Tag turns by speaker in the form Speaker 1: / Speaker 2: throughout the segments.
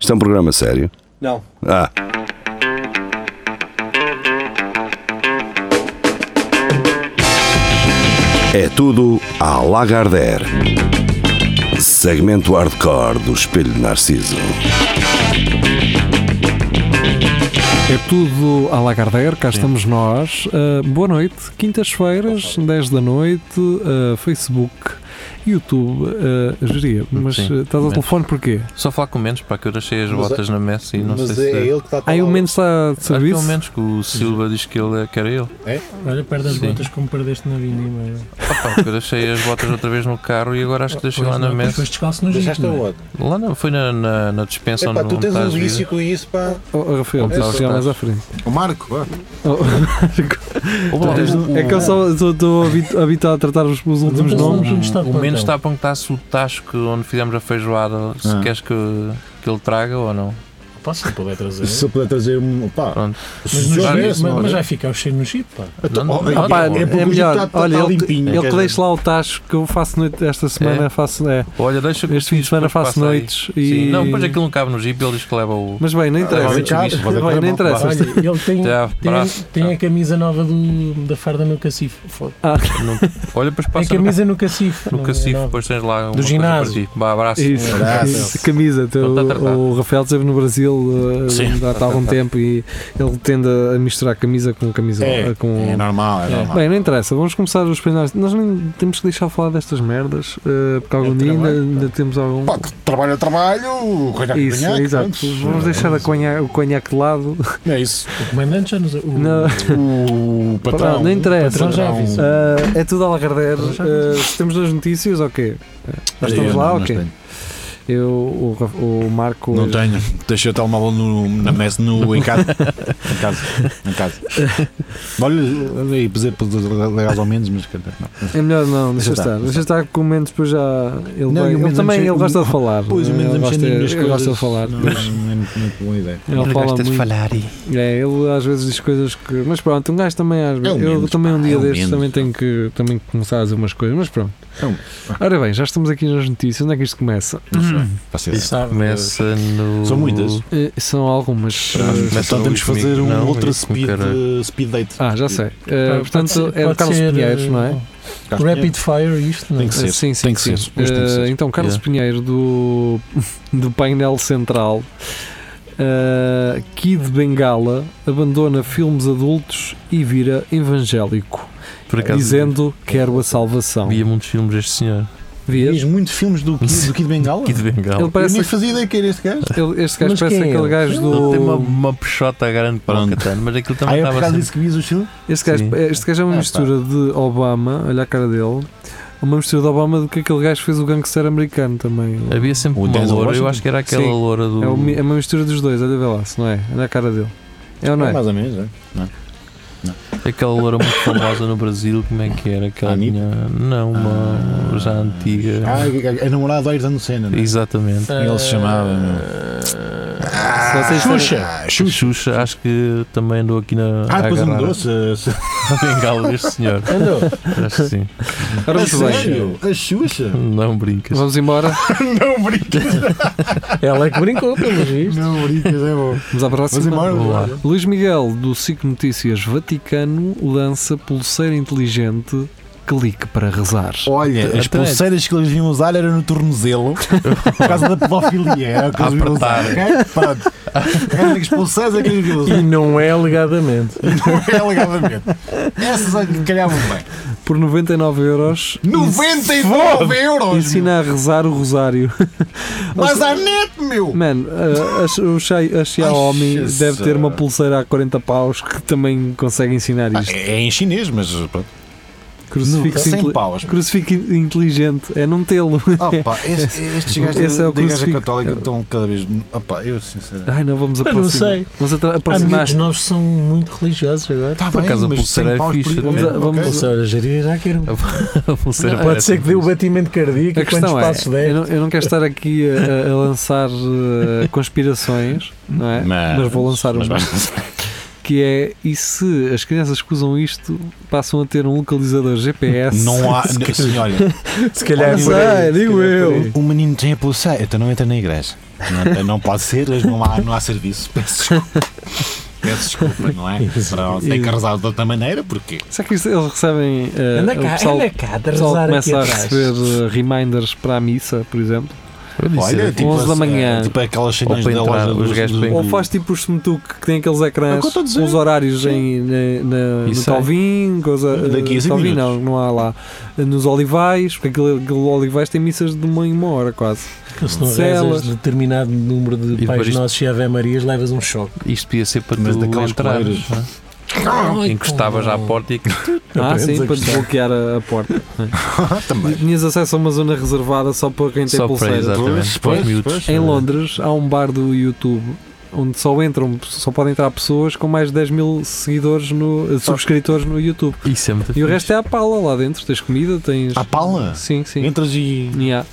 Speaker 1: Isto é um programa sério.
Speaker 2: Não.
Speaker 1: Ah, é tudo à Lagardère. Segmento hardcore do Espelho de Narciso.
Speaker 3: É tudo à Lagardère, cá estamos nós. Uh, boa noite, quintas-feiras, 10 da noite, uh, Facebook, YouTube, uh, geria. Mas
Speaker 4: Sim,
Speaker 3: uh, estás ao
Speaker 4: mas-
Speaker 3: telefone porquê?
Speaker 4: Só falar com o Mendes, para que eu deixei as
Speaker 2: Mas
Speaker 4: botas na messa e não sei
Speaker 2: Mas
Speaker 4: se.
Speaker 2: é ele que está a
Speaker 3: Aí o menos está de
Speaker 4: Acho que é o
Speaker 3: serviço?
Speaker 4: Mendes, que o Silva diz que ele é- que era ele.
Speaker 5: Olha, perde as
Speaker 4: Sim.
Speaker 5: botas como perdeste na vinda. mas-
Speaker 4: Opa, que eu deixei as botas outra vez no carro e agora acho que deixei lá
Speaker 5: Pois
Speaker 4: na
Speaker 5: não,
Speaker 4: mesa.
Speaker 5: Depois descalço no jeito.
Speaker 2: Deixaste
Speaker 5: não é?
Speaker 2: aonde?
Speaker 4: Lá não, foi na, na, na dispensa
Speaker 2: Epá,
Speaker 4: onde
Speaker 2: tu
Speaker 4: onde
Speaker 2: tens um
Speaker 4: estás vida.
Speaker 2: vício com isso, pá.
Speaker 3: Oh, oh, Rafael,
Speaker 4: Onde
Speaker 3: tens de chegar
Speaker 4: estás?
Speaker 3: mais à frente.
Speaker 6: O Marco, vá.
Speaker 3: Oh,
Speaker 4: Opa,
Speaker 3: tens de-
Speaker 4: o-
Speaker 3: é que eu só só estou habitu- habituado a tratar os meus últimos
Speaker 5: Mas
Speaker 3: nomes.
Speaker 5: não está de
Speaker 4: O Mendes um está
Speaker 5: plantão.
Speaker 4: a perguntar-se o tasco onde fizemos a feijoada, se
Speaker 6: Ah.
Speaker 4: queres que, que ele traga ou não.
Speaker 5: Posso lhe poder trazer?
Speaker 6: Se eu puder trazer um. Pá,
Speaker 4: Pronto.
Speaker 5: Mas,
Speaker 6: se
Speaker 5: no
Speaker 6: eu
Speaker 4: Jorge,
Speaker 5: Jeep-
Speaker 6: tivesse,
Speaker 5: mas-
Speaker 6: não
Speaker 5: mas
Speaker 6: era?
Speaker 5: vai ficar os cheios no Jeep, pá.
Speaker 6: Então,
Speaker 4: Não,
Speaker 6: oh,
Speaker 4: não,
Speaker 6: é,
Speaker 3: Pá,
Speaker 4: é
Speaker 6: porque
Speaker 3: é
Speaker 6: o
Speaker 3: melhor.
Speaker 6: Jeep tá- tá-
Speaker 3: Olha,
Speaker 6: tá
Speaker 3: ele que-
Speaker 6: limpinho.
Speaker 3: ele que
Speaker 6: quer
Speaker 3: deixe lá o Tasco que eu faço noite esta semana.
Speaker 4: É?
Speaker 3: Faço, é,
Speaker 4: Olha, deixa que
Speaker 3: este fim de semana faço noites.
Speaker 4: E...
Speaker 3: E...
Speaker 4: Sim, não, depois aquilo não cabe no jeep, ele diz que leva o.
Speaker 3: Mas bem, não interessa.
Speaker 4: Normalmente o bicho.
Speaker 6: Vou dar
Speaker 3: Bem, não
Speaker 6: uma
Speaker 3: interessa.
Speaker 5: Olha, ele tem,
Speaker 4: Já, braço.
Speaker 5: tem, tem a camisa nova do, da farda no cacifo. Foda.
Speaker 4: Não- Olha, depois
Speaker 5: Tem a
Speaker 4: passa
Speaker 5: camisa no cacifo.
Speaker 4: no
Speaker 5: não é
Speaker 4: cacifo,
Speaker 5: nova.
Speaker 4: depois tens lá um
Speaker 5: ginásio.
Speaker 4: Bah, abraço.
Speaker 3: Isso,
Speaker 6: Abraço.
Speaker 3: isso, camisa. Então,
Speaker 4: Então tá tratado.
Speaker 3: o Rafael esteve no Brasil uh, há há algum tempo e ele tende a misturar camisa com camisa.
Speaker 6: É,
Speaker 3: uh, com...
Speaker 6: É normal, é
Speaker 5: É.
Speaker 6: normal.
Speaker 3: Bem, não interessa, vamos começar os plenários. Nós nem temos que deixar falar destas merdas, uh, porque algum dia ainda,
Speaker 6: É trabalho,
Speaker 3: ainda temos algum.
Speaker 6: Pá, trabalho é trabalho, conhaque é
Speaker 3: Isso,
Speaker 6: conhaque,
Speaker 3: exato.
Speaker 6: pronto.
Speaker 3: Vamos deixar a conha- o conhaque de lado.
Speaker 6: É isso.
Speaker 5: O comandante já nos. O,
Speaker 3: Não,
Speaker 6: O patrão.
Speaker 3: não interessa.
Speaker 5: patrão já
Speaker 6: Patrão.
Speaker 5: avisa.
Speaker 3: Uh, é tudo a lagardeiro. Uh, se temos nas notícias, ok. Já
Speaker 6: Eu
Speaker 3: estamos lá,
Speaker 6: É. não- não
Speaker 3: ok.
Speaker 6: tenho.
Speaker 3: Eu, o, Ra- o Marco. é
Speaker 6: Não tenho. Deixei o telemóvel no, na mesa, no, em casa. em casa. Em casa. Olha, olha aí, pesei por legais ao menos, mas. quer dizer, não.
Speaker 3: É melhor não, deixa
Speaker 6: Deixa
Speaker 3: estar.
Speaker 6: estar,
Speaker 3: Deixa estar que o Mendes depois já. Ele,
Speaker 6: Não,
Speaker 3: vai-
Speaker 6: e o
Speaker 3: ele
Speaker 6: Mendes
Speaker 3: também
Speaker 6: é mexe-
Speaker 3: ele gosta de falar.
Speaker 6: Pois,
Speaker 3: não é?
Speaker 6: mas
Speaker 3: ele
Speaker 6: andamos
Speaker 3: gosta,
Speaker 6: nas
Speaker 3: ele
Speaker 6: coisas.
Speaker 3: gosta de falar.
Speaker 6: Não, não é muito, muito boa ideia.
Speaker 3: Ele, fala muito.
Speaker 4: falar e.
Speaker 3: É, ele às vezes diz coisas que. Mas pronto, um gajo também às
Speaker 6: É
Speaker 3: vezes.
Speaker 6: o
Speaker 3: eu
Speaker 6: Mendes,
Speaker 3: também um
Speaker 6: pá,
Speaker 3: dia
Speaker 6: é o
Speaker 3: destes
Speaker 6: Mendes.
Speaker 3: também tenho que também começar a dizer umas coisas, mas pronto.
Speaker 6: É um-
Speaker 3: Ora bem, já estamos aqui nas notícias. Onde é que isto começa?
Speaker 5: Hum.
Speaker 6: Faço ideia.
Speaker 5: Sabe,
Speaker 4: Começa no.
Speaker 6: São muitas.
Speaker 3: Eh, são algumas.
Speaker 4: Pronto,
Speaker 3: eh,
Speaker 4: começa
Speaker 6: Então
Speaker 4: no
Speaker 6: temos que
Speaker 4: Luís
Speaker 6: fazer
Speaker 4: Miguel.
Speaker 6: um
Speaker 4: é Não,
Speaker 6: outra
Speaker 4: isso me
Speaker 6: speed,
Speaker 4: quero-
Speaker 6: eh, speed date.
Speaker 3: ah, já sei. Eh,
Speaker 5: Pode
Speaker 3: portanto,
Speaker 5: ser-
Speaker 3: é o
Speaker 5: pode
Speaker 3: Carlos
Speaker 5: ser,
Speaker 3: Pinheiros, não é?
Speaker 5: eh, Rapid fire, isto, não é?
Speaker 6: Tem que ser.
Speaker 3: Eh, Sim, sim.
Speaker 6: Tem que
Speaker 3: sim.
Speaker 6: ser. Hoje tem que
Speaker 3: Eh,
Speaker 6: ser.
Speaker 3: Então, Carlos
Speaker 4: Yeah.
Speaker 3: Pinheiro, do, do painel central, eh, Kid Bengala abandona filmes adultos e vira evangélico,
Speaker 4: Por acaso,
Speaker 3: dizendo quero a salvação.
Speaker 4: Via muitos filmes este senhor.
Speaker 3: Vias?
Speaker 6: Vês muitos filmes do Kid, do Kid Bengala?
Speaker 4: Kid Bengala.
Speaker 3: Ele
Speaker 4: Ele,
Speaker 3: parece,
Speaker 6: nem fazia ideia que era este gajo.
Speaker 3: ele- este gajo
Speaker 5: Mas
Speaker 3: parece
Speaker 5: quem é
Speaker 3: aquele
Speaker 5: ele?
Speaker 3: gajo
Speaker 4: tem uma,
Speaker 3: do.
Speaker 4: uma peixota grande para o
Speaker 6: Pronto.
Speaker 4: Catano, mas aquilo
Speaker 6: Ah,
Speaker 4: também assim.
Speaker 6: é por
Speaker 4: estava
Speaker 6: causa
Speaker 4: sempre.
Speaker 6: disso que vias os filmes?
Speaker 3: Este gajo,
Speaker 4: Sim.
Speaker 3: este gajo é uma
Speaker 6: Ah, pá.
Speaker 3: mistura de Obama, olha a cara dele, uma mistura de Obama do que aquele gajo fez o gangster americano também.
Speaker 4: Havia sempre
Speaker 6: O
Speaker 4: uma
Speaker 6: Denzel
Speaker 4: loura, eu
Speaker 6: Washington?
Speaker 4: acho que era aquela
Speaker 3: Sim.
Speaker 4: loura do.
Speaker 3: É, o mi- é uma mistura dos dois, olha vê lá, se não é? Olha a cara dele. É ou não é?
Speaker 6: Mais ou menos, é.
Speaker 4: Aquela loura muito famosa no Brasil, como é que era? Aquela
Speaker 6: Anitta?
Speaker 4: tinha- Não, uma já antiga.
Speaker 6: Ah, é namorado do Ayrton Senna. não é?
Speaker 4: Exatamente.
Speaker 6: Ele se chamava.
Speaker 3: Se vocês
Speaker 6: Ah,
Speaker 3: sabem-
Speaker 6: Xuxa!
Speaker 4: Xuxa. acho que também andou aqui na.
Speaker 6: Ah,
Speaker 4: a
Speaker 6: depois
Speaker 4: agarrar
Speaker 6: andou-se. a-
Speaker 4: A bengala deste senhor.
Speaker 5: Andou.
Speaker 4: Acho que sim.
Speaker 3: Ora,
Speaker 6: A
Speaker 3: muito bem.
Speaker 6: é sério? A Xuxa?
Speaker 4: Não brincas.
Speaker 3: Vamos embora.
Speaker 6: Não brincas.
Speaker 5: Ela é que brincou, pelo visto.
Speaker 6: Não brincas, é bom.
Speaker 3: Vamos à próxima.
Speaker 6: Vamos embora.
Speaker 4: Vamos lá.
Speaker 3: Luís Miguel, do SIC Notícias Vaticano, lança pulseira inteligente clique para rezar.
Speaker 6: Olha, as
Speaker 4: Até-
Speaker 6: pulseiras que eles vinham usar eram no tornozelo por causa da pedofilia. Era o que eles vinham usar. ok? Pronto. Eram as pulseiras é que eles vinham usar.
Speaker 5: E não é alegadamente.
Speaker 6: Não é alegadamente. Essas é que calhavam bem.
Speaker 3: Por 99 euros,
Speaker 6: 99 euros!
Speaker 3: ensina a rezar o rosário.
Speaker 6: Mas à net, meu!
Speaker 3: Mano, a, a, o Xia- a Xiaomi
Speaker 6: Jesus.
Speaker 3: deve ter uma pulseira a 40 paus que também consegue ensinar isto.
Speaker 6: É em chinês, mas pronto.
Speaker 3: Crucifixo,
Speaker 6: 100
Speaker 3: inte-
Speaker 6: paus.
Speaker 3: crucifixo inteligente. É não tê-lo.
Speaker 6: Opa, este- estes gajos
Speaker 3: Esse é o
Speaker 6: da Igreja
Speaker 3: crucifico.
Speaker 6: Católica estão cada vez. Opa, eu sinceramente.
Speaker 3: Ai, não vamos
Speaker 5: Eu não
Speaker 3: aproximar.
Speaker 5: sei.
Speaker 3: Vamos atra-
Speaker 5: Há
Speaker 3: aproximar.
Speaker 5: amigos nossos são muito religiosos agora.
Speaker 6: Tá
Speaker 4: Por
Speaker 6: bem,
Speaker 4: acaso a
Speaker 6: mas
Speaker 4: pulseira
Speaker 6: 100
Speaker 4: é
Speaker 6: paus por
Speaker 4: fixe
Speaker 6: aí,
Speaker 4: também.
Speaker 6: né? ok?
Speaker 3: Vamos- vamos-
Speaker 5: Pulseira, geria já quero.
Speaker 4: A é pulseira
Speaker 5: Pode ser que dê o
Speaker 4: parece-
Speaker 5: batimento cardíaco
Speaker 3: A
Speaker 5: e quantos
Speaker 3: questão é,
Speaker 5: passos der.
Speaker 3: eu não, eu não quero estar aqui a, a- a lançar eh, conspirações, não é?
Speaker 6: Mas-
Speaker 3: vou lançar uma.
Speaker 6: mas
Speaker 3: Que é, e se as crianças que usam isto passam a ter um localizador GPS?
Speaker 6: Não há. Senhora,
Speaker 5: Se calhar
Speaker 3: Não
Speaker 5: por aí.
Speaker 3: sei, digo eu.
Speaker 6: Um o menino tem a pulseira, então não entra na igreja. Não, não pode ser, hoje não há, não há serviço. Peço desculpa. Peço desculpa, não é? Para- Tem que rezar de outra maneira, porque
Speaker 3: Será que isto- eles recebem. eh,
Speaker 5: Anda
Speaker 3: o
Speaker 5: cá,
Speaker 3: pessoal,
Speaker 5: anda cá, de
Speaker 3: o pessoal
Speaker 5: rezar aqui
Speaker 3: começa a
Speaker 5: atrás.
Speaker 3: receber eh, reminders para a missa, por exemplo.
Speaker 6: Olha, tipo,
Speaker 3: 11 da manhã.
Speaker 6: Tipo aquelas
Speaker 4: Ou
Speaker 6: cenas
Speaker 4: para
Speaker 6: da
Speaker 4: entrar,
Speaker 6: loja
Speaker 4: os
Speaker 6: dos
Speaker 4: gajos
Speaker 6: dos-
Speaker 4: para-
Speaker 3: Ou faz tipo os Smetuk que têm aqueles
Speaker 6: É o
Speaker 3: ecrãs
Speaker 6: que eu estou a dizer.
Speaker 3: com os horários em, na, na, no
Speaker 4: Isso é.
Speaker 3: Calvin, com os, eh,
Speaker 6: Daqui a cinco
Speaker 3: Calvin
Speaker 6: minutos.
Speaker 3: não, não há lá. Nos Olivais, porque aquele, aquele Olivais tem missas de uma em uma hora quase.
Speaker 5: Se não
Speaker 3: Celas.
Speaker 5: rezas determinado número de
Speaker 4: E
Speaker 5: Pais
Speaker 4: depois isto-
Speaker 5: Nossos e Ave Marias, levas um choque.
Speaker 4: Isto podia ser para
Speaker 6: Mas
Speaker 4: tu
Speaker 6: daquelas
Speaker 4: entrar.
Speaker 6: coleiras.
Speaker 4: não é? Encostavas à porta e
Speaker 3: Ah,
Speaker 5: Aprendes
Speaker 3: sim,
Speaker 5: a
Speaker 3: para
Speaker 5: gostar.
Speaker 3: desbloquear a, a porta. E
Speaker 6: Ah, Também.
Speaker 3: tinhas acesso a uma zona reservada só para quem tem
Speaker 4: só para
Speaker 3: pulseira.
Speaker 6: Pois,
Speaker 4: exatamente. Para
Speaker 6: pois,
Speaker 4: os miúdos.
Speaker 6: pois.
Speaker 3: Em Londres há um bar do YouTube onde só entram, só podem entrar pessoas com mais de 10 mil seguidores no, eh, subscritores no YouTube.
Speaker 4: Isso é muito
Speaker 3: E o
Speaker 4: fixe.
Speaker 3: resto é a pala lá dentro, tens comida, tens.
Speaker 6: À pala?
Speaker 3: Sim, sim.
Speaker 6: Entras e.
Speaker 3: Yeah.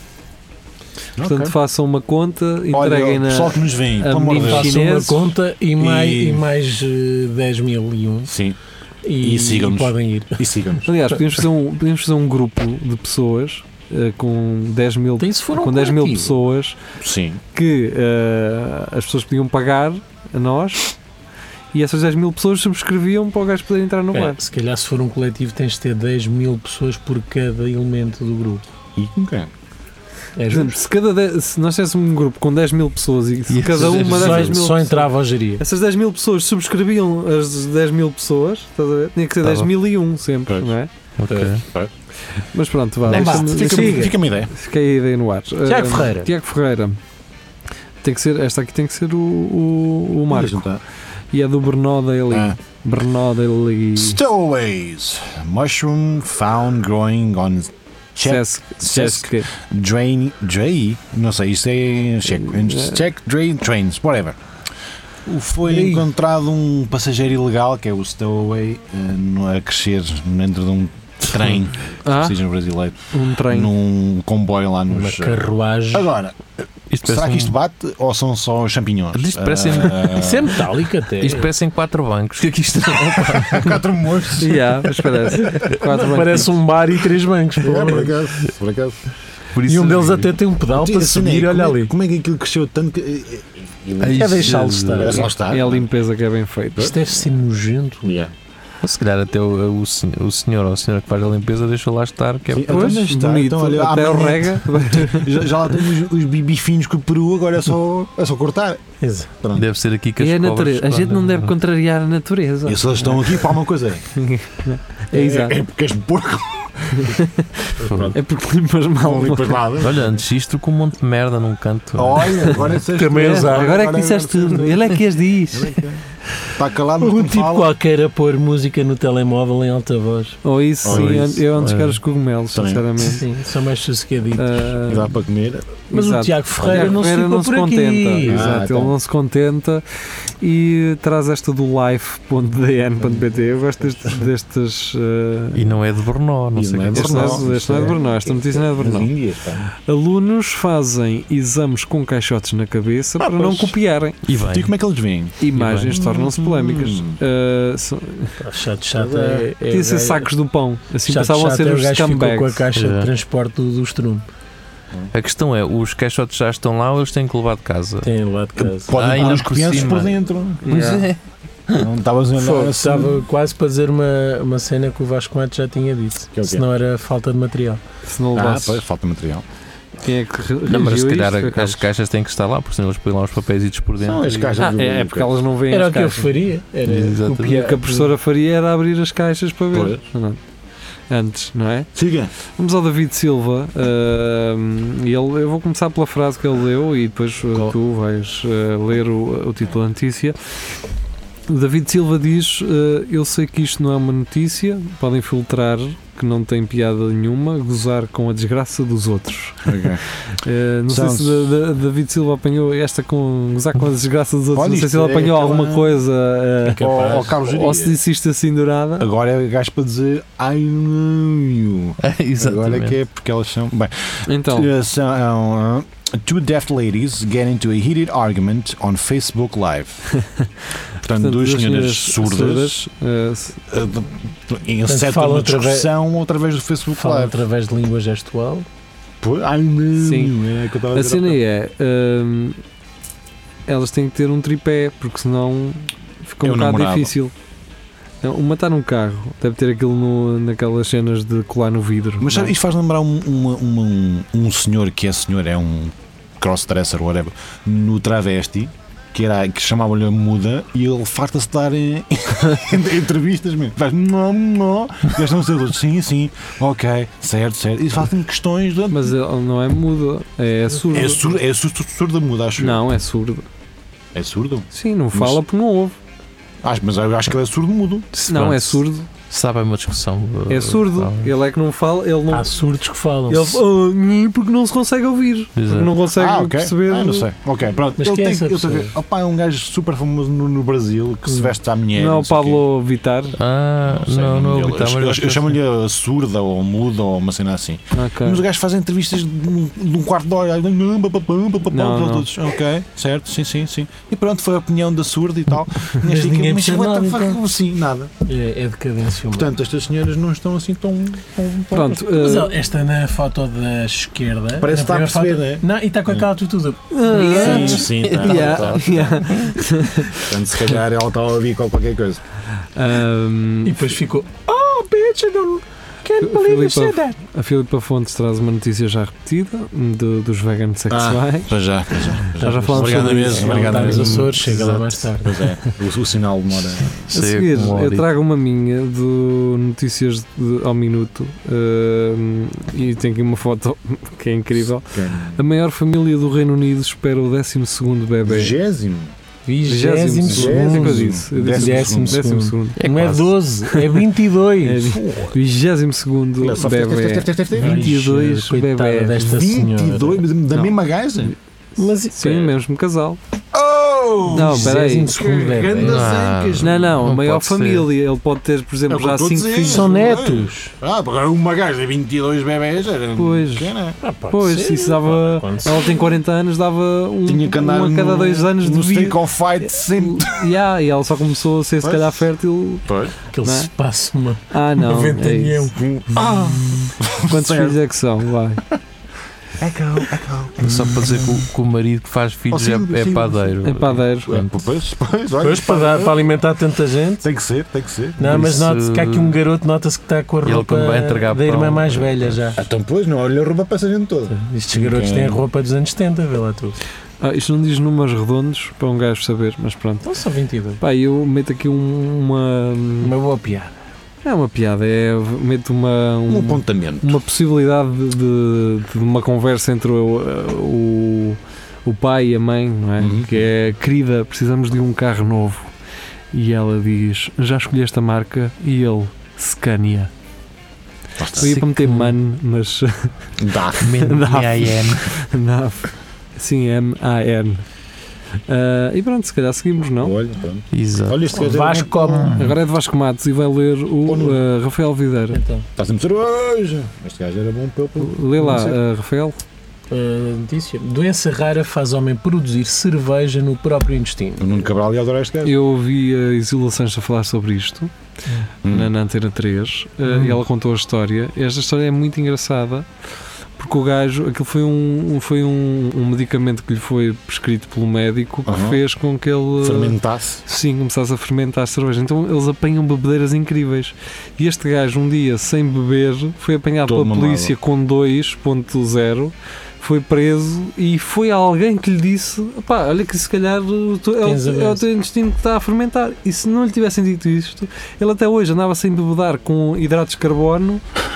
Speaker 3: Portanto,
Speaker 6: Ok.
Speaker 3: façam uma conta,
Speaker 6: Olha, o
Speaker 3: entreguem-na.
Speaker 6: pessoal que nos vem,
Speaker 3: a
Speaker 6: pelo amor de
Speaker 3: menina-
Speaker 6: Deus.
Speaker 5: Façam uma
Speaker 3: Chineses.
Speaker 5: conta e mais,
Speaker 6: E-
Speaker 5: e... mais eh, 10 mil e um.
Speaker 6: Sim,
Speaker 5: E,
Speaker 6: E sigam-nos.
Speaker 5: e podem ir.
Speaker 6: e sigam-nos.
Speaker 3: Aliás, podemos fazer, um, podemos fazer um grupo de pessoas eh, com 10 mil,
Speaker 5: Então, isso foram
Speaker 3: com 10 mil
Speaker 5: quatro.
Speaker 3: pessoas
Speaker 6: Sim.
Speaker 3: que eh, as pessoas podiam pagar a nós e essas 10 mil pessoas subscreviam para o gajo poder entrar no bar.
Speaker 5: É, se calhar, se for um coletivo, tens de ter 10 mil pessoas por cada elemento do grupo.
Speaker 6: E ok.
Speaker 3: Por
Speaker 5: É
Speaker 3: exemplo,
Speaker 5: justo.
Speaker 3: se, cada de- se nós tivéssemos um grupo com 10 mil pessoas e se
Speaker 4: E
Speaker 3: cada
Speaker 4: essas-
Speaker 3: uma
Speaker 5: só,
Speaker 3: dessas mil
Speaker 5: só
Speaker 3: pessoas-
Speaker 5: entrava a geria.
Speaker 3: Essas 10 mil pessoas subscreviam as 10 mil pessoas, estás a ver? Tinha que ser
Speaker 4: Tá
Speaker 3: 10 mil e um sempre,
Speaker 6: Pois.
Speaker 3: não é?
Speaker 4: Ok.
Speaker 3: Mas pronto, vá,
Speaker 5: Não, vá,
Speaker 3: deixa-me-
Speaker 5: fica-
Speaker 3: deixa-me-
Speaker 5: Siga.
Speaker 6: Fica uma ideia.
Speaker 3: Fica a ideia no ar.
Speaker 5: Tiago
Speaker 3: Ah,
Speaker 5: Ferreira.
Speaker 3: Tiago Ferreira. Tem que ser, esta aqui tem que ser o, o, o Marco.
Speaker 6: Não tá?
Speaker 3: E é do Bernó Daily.
Speaker 6: Ah.
Speaker 3: Bernó Daily.
Speaker 6: Stowaways. Mushroom found growing on Czech
Speaker 3: Cesc-
Speaker 6: Cesc-
Speaker 3: Cesc-
Speaker 6: drain. Dray? Não sei, isto é em checo. Em Check drain trains, whatever. O- Foi
Speaker 3: Ei.
Speaker 6: encontrado um passageiro ilegal, que é o Stowaway, eh, no- a crescer dentro de um trem,
Speaker 3: Ah,
Speaker 6: seja brasileiro,
Speaker 3: um trem.
Speaker 6: num comboio lá
Speaker 5: Uma
Speaker 6: nos. eh,
Speaker 5: carruagem.
Speaker 6: Agora,
Speaker 4: Isto
Speaker 6: será
Speaker 4: parece
Speaker 6: que isto
Speaker 4: um-
Speaker 6: bate ou são só os champignons?
Speaker 4: Isto parece-
Speaker 6: Ah,
Speaker 5: Isso é metálico até.
Speaker 4: Isto parecem quatro bancos. O que é que isto
Speaker 6: quatro moços.
Speaker 3: Yeah, mas parece. Quatro bancos.
Speaker 5: Parece um bar e três bancos. pelo
Speaker 6: É, por
Speaker 5: menos.
Speaker 6: acaso, por acaso.
Speaker 4: Por
Speaker 5: E
Speaker 4: isso
Speaker 5: um deles
Speaker 4: é-
Speaker 5: até tem um pedal para
Speaker 6: Assim,
Speaker 5: subir,
Speaker 6: né,
Speaker 5: olha
Speaker 6: como é-
Speaker 5: ali.
Speaker 6: Como é que aquilo cresceu tanto que. eh, eh,
Speaker 4: Ai,
Speaker 5: É deixá-lo
Speaker 4: Jesus.
Speaker 5: estar.
Speaker 6: É só estar.
Speaker 3: É a limpeza que é bem feita.
Speaker 5: Isto deve ser nojento.
Speaker 6: Yeah.
Speaker 4: Ou Se calhar até o, o, sen- o senhor ou a senhora que faz a limpeza deixou lá estar, que é
Speaker 6: Sim.
Speaker 4: para
Speaker 6: Então
Speaker 3: Pois,
Speaker 6: já está,
Speaker 3: bonito.
Speaker 6: então, olha,
Speaker 3: Até o
Speaker 6: amanhã-
Speaker 3: rega.
Speaker 6: Já, já lá temos os bibifinhos com o Peru, agora é só, é só cortar.
Speaker 5: Exato.
Speaker 6: Pronto.
Speaker 4: Deve ser aqui que as
Speaker 3: É a
Speaker 4: cobras
Speaker 3: natureza. A
Speaker 4: escondem.
Speaker 3: gente não deve contrariar a natureza.
Speaker 6: E se eles estão aqui para alguma coisa?
Speaker 3: É, exato.
Speaker 6: É, é porque és porco. Pronto.
Speaker 3: É porque limpas mal.
Speaker 6: Não limpas nada.
Speaker 4: Olha, antes isto com um monte de merda num canto. é?
Speaker 6: Olha, agora disseste
Speaker 5: Também
Speaker 6: tudo.
Speaker 5: é usar.
Speaker 3: Agora é que disseste tudo. Ele é que as diz.
Speaker 6: Está calado, mas
Speaker 5: Um
Speaker 6: quando
Speaker 5: tipo
Speaker 6: fala-
Speaker 5: qualquer a pôr música no telemóvel em alta voz.
Speaker 3: Ou isso,
Speaker 6: Ou
Speaker 3: sim.
Speaker 6: isso.
Speaker 3: Eu antes
Speaker 4: É.
Speaker 3: quero os cogumelos,
Speaker 6: Também.
Speaker 3: sinceramente.
Speaker 5: Sim, são é mais sossegaditos.
Speaker 3: Ah,
Speaker 6: Dá para comer.
Speaker 5: Mas
Speaker 3: exato.
Speaker 5: o Tiago Ferreira
Speaker 3: Tiago
Speaker 5: não se
Speaker 3: Ferreira
Speaker 5: ficou
Speaker 3: não se
Speaker 5: por aqui.
Speaker 3: contenta.
Speaker 6: Ah,
Speaker 3: Exato,
Speaker 6: então.
Speaker 3: ele não se contenta e traz esta do life.dn.pt. Eu gosto destes. destes eh,
Speaker 4: E não é de Brno, não
Speaker 6: E
Speaker 4: sei
Speaker 6: não é
Speaker 4: o que
Speaker 6: de
Speaker 4: é
Speaker 3: este
Speaker 4: que
Speaker 3: não
Speaker 4: é.
Speaker 6: Brno.
Speaker 3: é, este não é de Brno, esta notícia não é de
Speaker 6: Nas
Speaker 3: Brno.
Speaker 6: Índias, pá.
Speaker 3: ah, Alunos fazem exames com caixotes na cabeça para não
Speaker 6: Ah, pois.
Speaker 3: copiarem.
Speaker 4: E bem,
Speaker 6: E como é que eles vêm?
Speaker 3: Imagens tornam-se polémicas.
Speaker 6: Hum.
Speaker 3: Eh, são-
Speaker 5: Ah, Chato, chato. É, é,
Speaker 3: Podia ser
Speaker 5: é-
Speaker 3: sacos do pão, assim
Speaker 5: chato,
Speaker 3: pensavam a
Speaker 5: chato,
Speaker 3: ser
Speaker 5: é o
Speaker 3: os
Speaker 5: gajo que ficou com a
Speaker 3: scumbags.
Speaker 5: caixa
Speaker 4: É.
Speaker 5: de transporte do, do estrume.
Speaker 4: a questão é, os caixotes já estão lá ou eles têm que levar de casa?
Speaker 5: Tem lá de casa.
Speaker 4: Ah,
Speaker 6: Podem pôr
Speaker 4: ainda
Speaker 6: uns
Speaker 4: por
Speaker 6: crianças
Speaker 4: cima.
Speaker 6: por dentro.
Speaker 4: Pois
Speaker 3: Yeah.
Speaker 4: é.
Speaker 6: Não estavas a
Speaker 5: Fogo,
Speaker 6: olhar assim.
Speaker 5: Estava quase para dizer uma, uma cena que o Vasco Matos já tinha dito.
Speaker 6: Que é o quê?
Speaker 5: Se não era falta de material.
Speaker 3: Se não
Speaker 6: Ah,
Speaker 3: levasses,
Speaker 6: pois, falta material.
Speaker 3: quem é que re-
Speaker 4: Não, mas se
Speaker 3: reagiu a
Speaker 4: calhar
Speaker 3: isto,
Speaker 4: as
Speaker 3: Carlos?
Speaker 4: caixas têm que estar lá, porque senão eles põem lá os papéis por dentro.
Speaker 6: São as
Speaker 4: e-
Speaker 6: caixas
Speaker 3: Ah,
Speaker 6: do-
Speaker 3: é, é porque elas não veem
Speaker 5: Era
Speaker 3: as
Speaker 5: o que eu
Speaker 3: caixas.
Speaker 5: faria. Era
Speaker 4: Exatamente.
Speaker 3: E o
Speaker 5: copiar.
Speaker 3: que a professora faria era abrir as caixas para ver. Não. Antes, não é?
Speaker 6: Siga.
Speaker 3: Vamos ao David Silva. ahm, e ele, eu vou começar pela frase que ele leu e depois ah,
Speaker 6: Qual?
Speaker 3: tu vais ah, ler o, o título da notícia. O David Silva diz: ah, Eu sei que isto não é uma notícia, podem filtrar que não tem piada nenhuma, gozar com a desgraça dos outros. Ah, não
Speaker 6: Sounds-
Speaker 3: sei se o Da- Da- David Silva apanhou esta com gozar com a desgraça dos outros,
Speaker 6: Olha,
Speaker 3: não sei se
Speaker 6: isto
Speaker 3: ele
Speaker 6: é
Speaker 3: apanhou
Speaker 6: aquela-
Speaker 3: alguma coisa. ah,
Speaker 6: Ó, ó, Carlos
Speaker 3: ou
Speaker 6: Jeria.
Speaker 3: se disse isto assim dourada.
Speaker 6: Agora é gajo para dizer ai não. Agora é
Speaker 4: Exatamente.
Speaker 6: que é porque elas são. Bem,
Speaker 3: Então,
Speaker 6: eh, são. ah, Two deaf ladies get into a heated argument on Facebook Live. Portanto, duas senhoras surdas
Speaker 3: eh, s-
Speaker 6: eh, de- insertam
Speaker 5: falam
Speaker 6: uma
Speaker 5: através-
Speaker 6: discussão através do Facebook
Speaker 5: Fala
Speaker 6: Live.
Speaker 5: através de língua gestual.
Speaker 6: Pô, Ai não.
Speaker 3: Sim.
Speaker 6: É que eu estava
Speaker 3: a
Speaker 6: dizer há
Speaker 3: cena
Speaker 6: pouco.
Speaker 3: é. hum, elas têm que ter um tripé, porque senão fica um
Speaker 6: Eu
Speaker 3: bocado
Speaker 6: namorava.
Speaker 3: difícil. Não, uma está num carro, deve ter aquilo no- naquelas cenas de colar no vidro.
Speaker 6: Mas
Speaker 3: não é?
Speaker 6: sabe, isto faz lembrar um, uma- uma- um, um senhor que é senhor, é um crossdresser, whatever, no travesti, que, era- que chamavam-lhe a muda, e ele farta-se de dar eh, entrevistas mesmo. Faz não, não, e eles não sei, eles, sim, sim, ok, certo, certo. E fazem questões de.
Speaker 3: Mas ele não é mudo, é surdo.
Speaker 6: É surdo, é surdo, surdo muda, acho eu.
Speaker 3: Não, é surdo.
Speaker 6: É surdo?
Speaker 3: Sim, não
Speaker 6: Mas-
Speaker 3: fala porque não ouve.
Speaker 6: Acho, mas eu acho que ele é surdo mudo.
Speaker 3: Não,
Speaker 4: Pronto,
Speaker 3: é surdo.
Speaker 4: Sabe, é uma discussão.
Speaker 3: É
Speaker 4: uh,
Speaker 3: surdo.
Speaker 4: tal.
Speaker 3: Ele é que não fala, ele
Speaker 6: Ah,
Speaker 3: não.
Speaker 5: Há surdos que falam.
Speaker 3: ele, "Ah, hum", porque não se consegue ouvir.
Speaker 4: Exato.
Speaker 3: Porque não consegue
Speaker 6: ah, ok.
Speaker 3: perceber.
Speaker 6: Ah, não sei. Ok, pronto.
Speaker 5: Mas
Speaker 6: ele
Speaker 5: quem é
Speaker 6: tem,
Speaker 5: essa
Speaker 6: eu sei
Speaker 5: pessoa?
Speaker 6: que- Opa, é um gajo super famoso no, no Brasil que se veste à mulher.
Speaker 3: Hum. Não,
Speaker 6: sei o quê.
Speaker 3: Pablo Vitar.
Speaker 4: Ah,
Speaker 6: sei o
Speaker 4: não, não
Speaker 6: nome
Speaker 4: é o
Speaker 6: dele.
Speaker 4: Vitar, mas
Speaker 6: Eu, eu,
Speaker 4: acho que é assim.
Speaker 6: chamo-lhe a surda ou muda ou uma cena assim.
Speaker 3: Ok.
Speaker 6: Mas o gajo faz entrevistas de um, de um quarto de hora. Aí, "Não, papapá, papapá",
Speaker 3: Não,
Speaker 6: para
Speaker 3: não.
Speaker 6: todos. Ok, certo, sim, sim, sim. E pronto, foi a opinião da surda e tal.
Speaker 5: Mas
Speaker 6: fica,
Speaker 5: ninguém
Speaker 6: mas
Speaker 5: percebe
Speaker 6: what the
Speaker 5: nada,
Speaker 6: fuck,
Speaker 5: então.
Speaker 6: sim, nada.
Speaker 5: É, é decadência humana.
Speaker 6: Portanto, estas senhoras não estão assim tão. tão- tão-
Speaker 3: Pronto.
Speaker 5: Mas
Speaker 3: eh,
Speaker 5: ó, esta na foto da esquerda.
Speaker 6: Parece que
Speaker 5: na
Speaker 6: está a
Speaker 5: primeira
Speaker 6: perceber,
Speaker 5: foto- Não, é? Hum. e está com aquela atitude.
Speaker 3: ah,
Speaker 6: Sim, sim, tá,
Speaker 3: yeah,
Speaker 6: tá, tá.
Speaker 3: yeah.
Speaker 6: Portanto, se calhar ela está a ouvir qualquer coisa.
Speaker 3: Ahm,
Speaker 5: E depois ficou. Oh, bitch, I don't. Can't believe you said that.
Speaker 3: a Filipa Fontes traz uma notícia já repetida hum, do- dos veganos sexuais.
Speaker 6: Para já, para Ah, já.
Speaker 3: Nós já falámos
Speaker 4: Obrigado
Speaker 3: sobre
Speaker 4: mesmo,
Speaker 3: isso.
Speaker 5: Ela
Speaker 6: obrigado
Speaker 5: está nos
Speaker 6: mesmo.
Speaker 5: Açores, chega lá
Speaker 4: Exato.
Speaker 5: mais tarde.
Speaker 6: Pois é, o, o sinal demora.
Speaker 3: A seguir, eu trago uma minha do Notícias de- ao Minuto ahm, e tem aqui uma foto que é incrível. A maior família do Reino Unido espera o 12 bebê.
Speaker 6: Vigésimo?
Speaker 5: Vigésimo
Speaker 3: segundo. É
Speaker 5: segundo.
Speaker 3: Eu disse, eu disse
Speaker 5: Décimo
Speaker 3: Décimo
Speaker 5: segundo.
Speaker 3: segundo.
Speaker 4: É
Speaker 5: Não é
Speaker 4: quase.
Speaker 5: 12, é
Speaker 3: É
Speaker 5: 22.
Speaker 3: vi- 22º
Speaker 6: Olha só,
Speaker 3: bebê. 22
Speaker 5: Coitada
Speaker 3: bebés.
Speaker 5: desta senhora.
Speaker 6: 22? mas Da
Speaker 3: Não.
Speaker 6: mesma gaja?
Speaker 5: Mas e-
Speaker 3: Sim, mesmo casal.
Speaker 6: Oh!
Speaker 3: Não, peraí.
Speaker 6: é
Speaker 5: 22º bebé.
Speaker 6: Ganda
Speaker 4: Ah.
Speaker 6: zancas.
Speaker 3: Não, não, a
Speaker 4: Não
Speaker 3: maior
Speaker 4: pode ser.
Speaker 3: família. Ele pode ter, por
Speaker 6: É
Speaker 3: exemplo,
Speaker 6: o que eu
Speaker 3: já
Speaker 6: estou a
Speaker 3: 5
Speaker 6: dizer.
Speaker 3: filhos.
Speaker 5: São netos.
Speaker 6: Ah, agora uma gaja de 22 bebés era um
Speaker 3: Pois.
Speaker 6: pequena.
Speaker 3: Pois, se isso dava. Ela tem 40 anos, dava um,
Speaker 6: Tinha que andar
Speaker 3: um a cada
Speaker 6: no-
Speaker 3: dois anos de
Speaker 6: no
Speaker 3: vida.
Speaker 6: stick of fight sempre.
Speaker 3: Yeah, e ela só começou a ser, se
Speaker 6: Pois.
Speaker 3: calhar, fértil.
Speaker 5: Aquele
Speaker 3: Não é?
Speaker 5: espaço, uma
Speaker 3: Ah, não. É
Speaker 5: ventanhão.
Speaker 6: um.
Speaker 3: isso. Quantos
Speaker 6: Certo.
Speaker 3: filhos é que são? Vai.
Speaker 4: Só para dizer que o, que o marido que faz filhos
Speaker 6: sim,
Speaker 4: é, é
Speaker 6: sim,
Speaker 4: padeiro.
Speaker 3: Oh, É padeiro.
Speaker 4: Portanto,
Speaker 6: Pois, pois, olha.
Speaker 5: Pois, para, dar- para alimentar tanta gente.
Speaker 6: Tem que ser, tem que ser.
Speaker 5: Não, mas
Speaker 4: Isso-
Speaker 5: nota-se que há aqui um garoto, nota-se que está com a
Speaker 4: Ele
Speaker 5: roupa
Speaker 4: quando vai entregar
Speaker 5: da irmã
Speaker 4: pão. é,
Speaker 5: mais velha já.
Speaker 6: Então, pois, não, olha, rouba para essa gente toda.
Speaker 5: Estes garotos
Speaker 6: Ok.
Speaker 5: têm a roupa dos anos 70, vê lá tu.
Speaker 3: Ah, isto não diz números redondos para um gajo saber, mas pronto.
Speaker 5: Não só 22.
Speaker 3: Pá, eu meto aqui um- uma.
Speaker 5: Uma boa piada.
Speaker 3: É uma piada, é. Meto uma.
Speaker 6: Um
Speaker 3: um-
Speaker 6: apontamento.
Speaker 3: uma possibilidade de, de- de uma conversa entre o, o, o pai e a mãe, não é?
Speaker 6: Uhum.
Speaker 3: Que é, querida, precisamos de um carro novo. E ela diz, já escolheste a marca? E ele, Scania.
Speaker 6: Lá está.
Speaker 3: Eu ia para meter
Speaker 4: Scania.
Speaker 3: MAN, mas
Speaker 6: Dá.
Speaker 4: M-I-N.
Speaker 3: não. Sim, M-A-N. Ah, e pronto, se calhar seguimos, não?
Speaker 6: Olha, pronto.
Speaker 4: Exato.
Speaker 6: Olha, isto quer dizer-
Speaker 5: Vasco Hum.
Speaker 3: Agora é de Vasco Matos e vai ler o
Speaker 6: Ou não.
Speaker 3: ah, Rafael Videira.
Speaker 5: Então,
Speaker 6: Está sempre cerveja. Este gajo era bom para o
Speaker 3: Lê lá,
Speaker 6: Não sei.
Speaker 3: ah, Rafael.
Speaker 5: a eh, notícia. Doença rara faz homem produzir cerveja no próprio intestino.
Speaker 6: O Nuno Cabral ia adorar este gajo.
Speaker 3: Eu ouvi a Isila Sanches a falar sobre isto.
Speaker 6: Hum.
Speaker 3: na, na Antena 3 eh,
Speaker 5: Hum.
Speaker 3: e ela contou a história. Esta história é muito engraçada porque o gajo, aquilo foi um, um- foi um, um medicamento que lhe foi prescrito pelo médico que
Speaker 6: Aham.
Speaker 3: fez com que ele
Speaker 6: Fermentasse.
Speaker 3: sim, começasse a fermentar a cerveja. Então eles apanham bebedeiras incríveis. E este gajo, um dia sem beber, foi apanhado
Speaker 6: Todo
Speaker 3: pela
Speaker 6: mamado.
Speaker 3: polícia com 2.0. Foi preso e foi alguém que lhe disse: pá, olha que se calhar o teu- é
Speaker 5: Tens a
Speaker 3: o, é o
Speaker 5: doença."
Speaker 3: teu intestino que está a fermentar. E se não lhe tivessem dito isto, ele até hoje andava sem bebedar com hidratos de carbono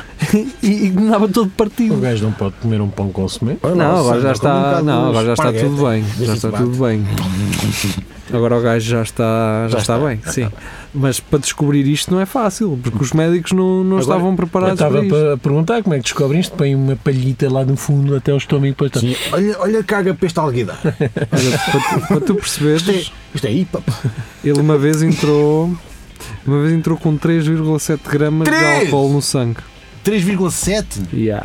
Speaker 3: e, e andava todo
Speaker 5: O
Speaker 3: partido.
Speaker 5: gajo não pode comer um pão com semente.
Speaker 3: Não, agora
Speaker 6: um
Speaker 3: já está, não, agora já está tudo bem.
Speaker 6: Vê
Speaker 3: Já
Speaker 6: se
Speaker 3: está
Speaker 6: bate.
Speaker 3: tudo bem. Agora o gajo já está, já está bem, sim. Mas para descobrir isto não é fácil, porque os médicos não, não
Speaker 6: Agora,
Speaker 3: estavam
Speaker 5: Eu
Speaker 3: preparados para
Speaker 5: estava
Speaker 3: isto.
Speaker 5: para perguntar como é que descobrem isto. Põe uma palhita lá no fundo até o estômago tá- para estar.
Speaker 6: Sim, olha, olha caga para este alguidar.
Speaker 3: Olha, para, tu, para tu
Speaker 6: Isto é,
Speaker 3: perceberes,
Speaker 6: isto é IPA. pá.
Speaker 3: ele uma vez entrou, uma vez entrou com 3,7 gramas de
Speaker 6: Três!
Speaker 3: álcool no sangue.
Speaker 6: 3,7.
Speaker 3: Yeah.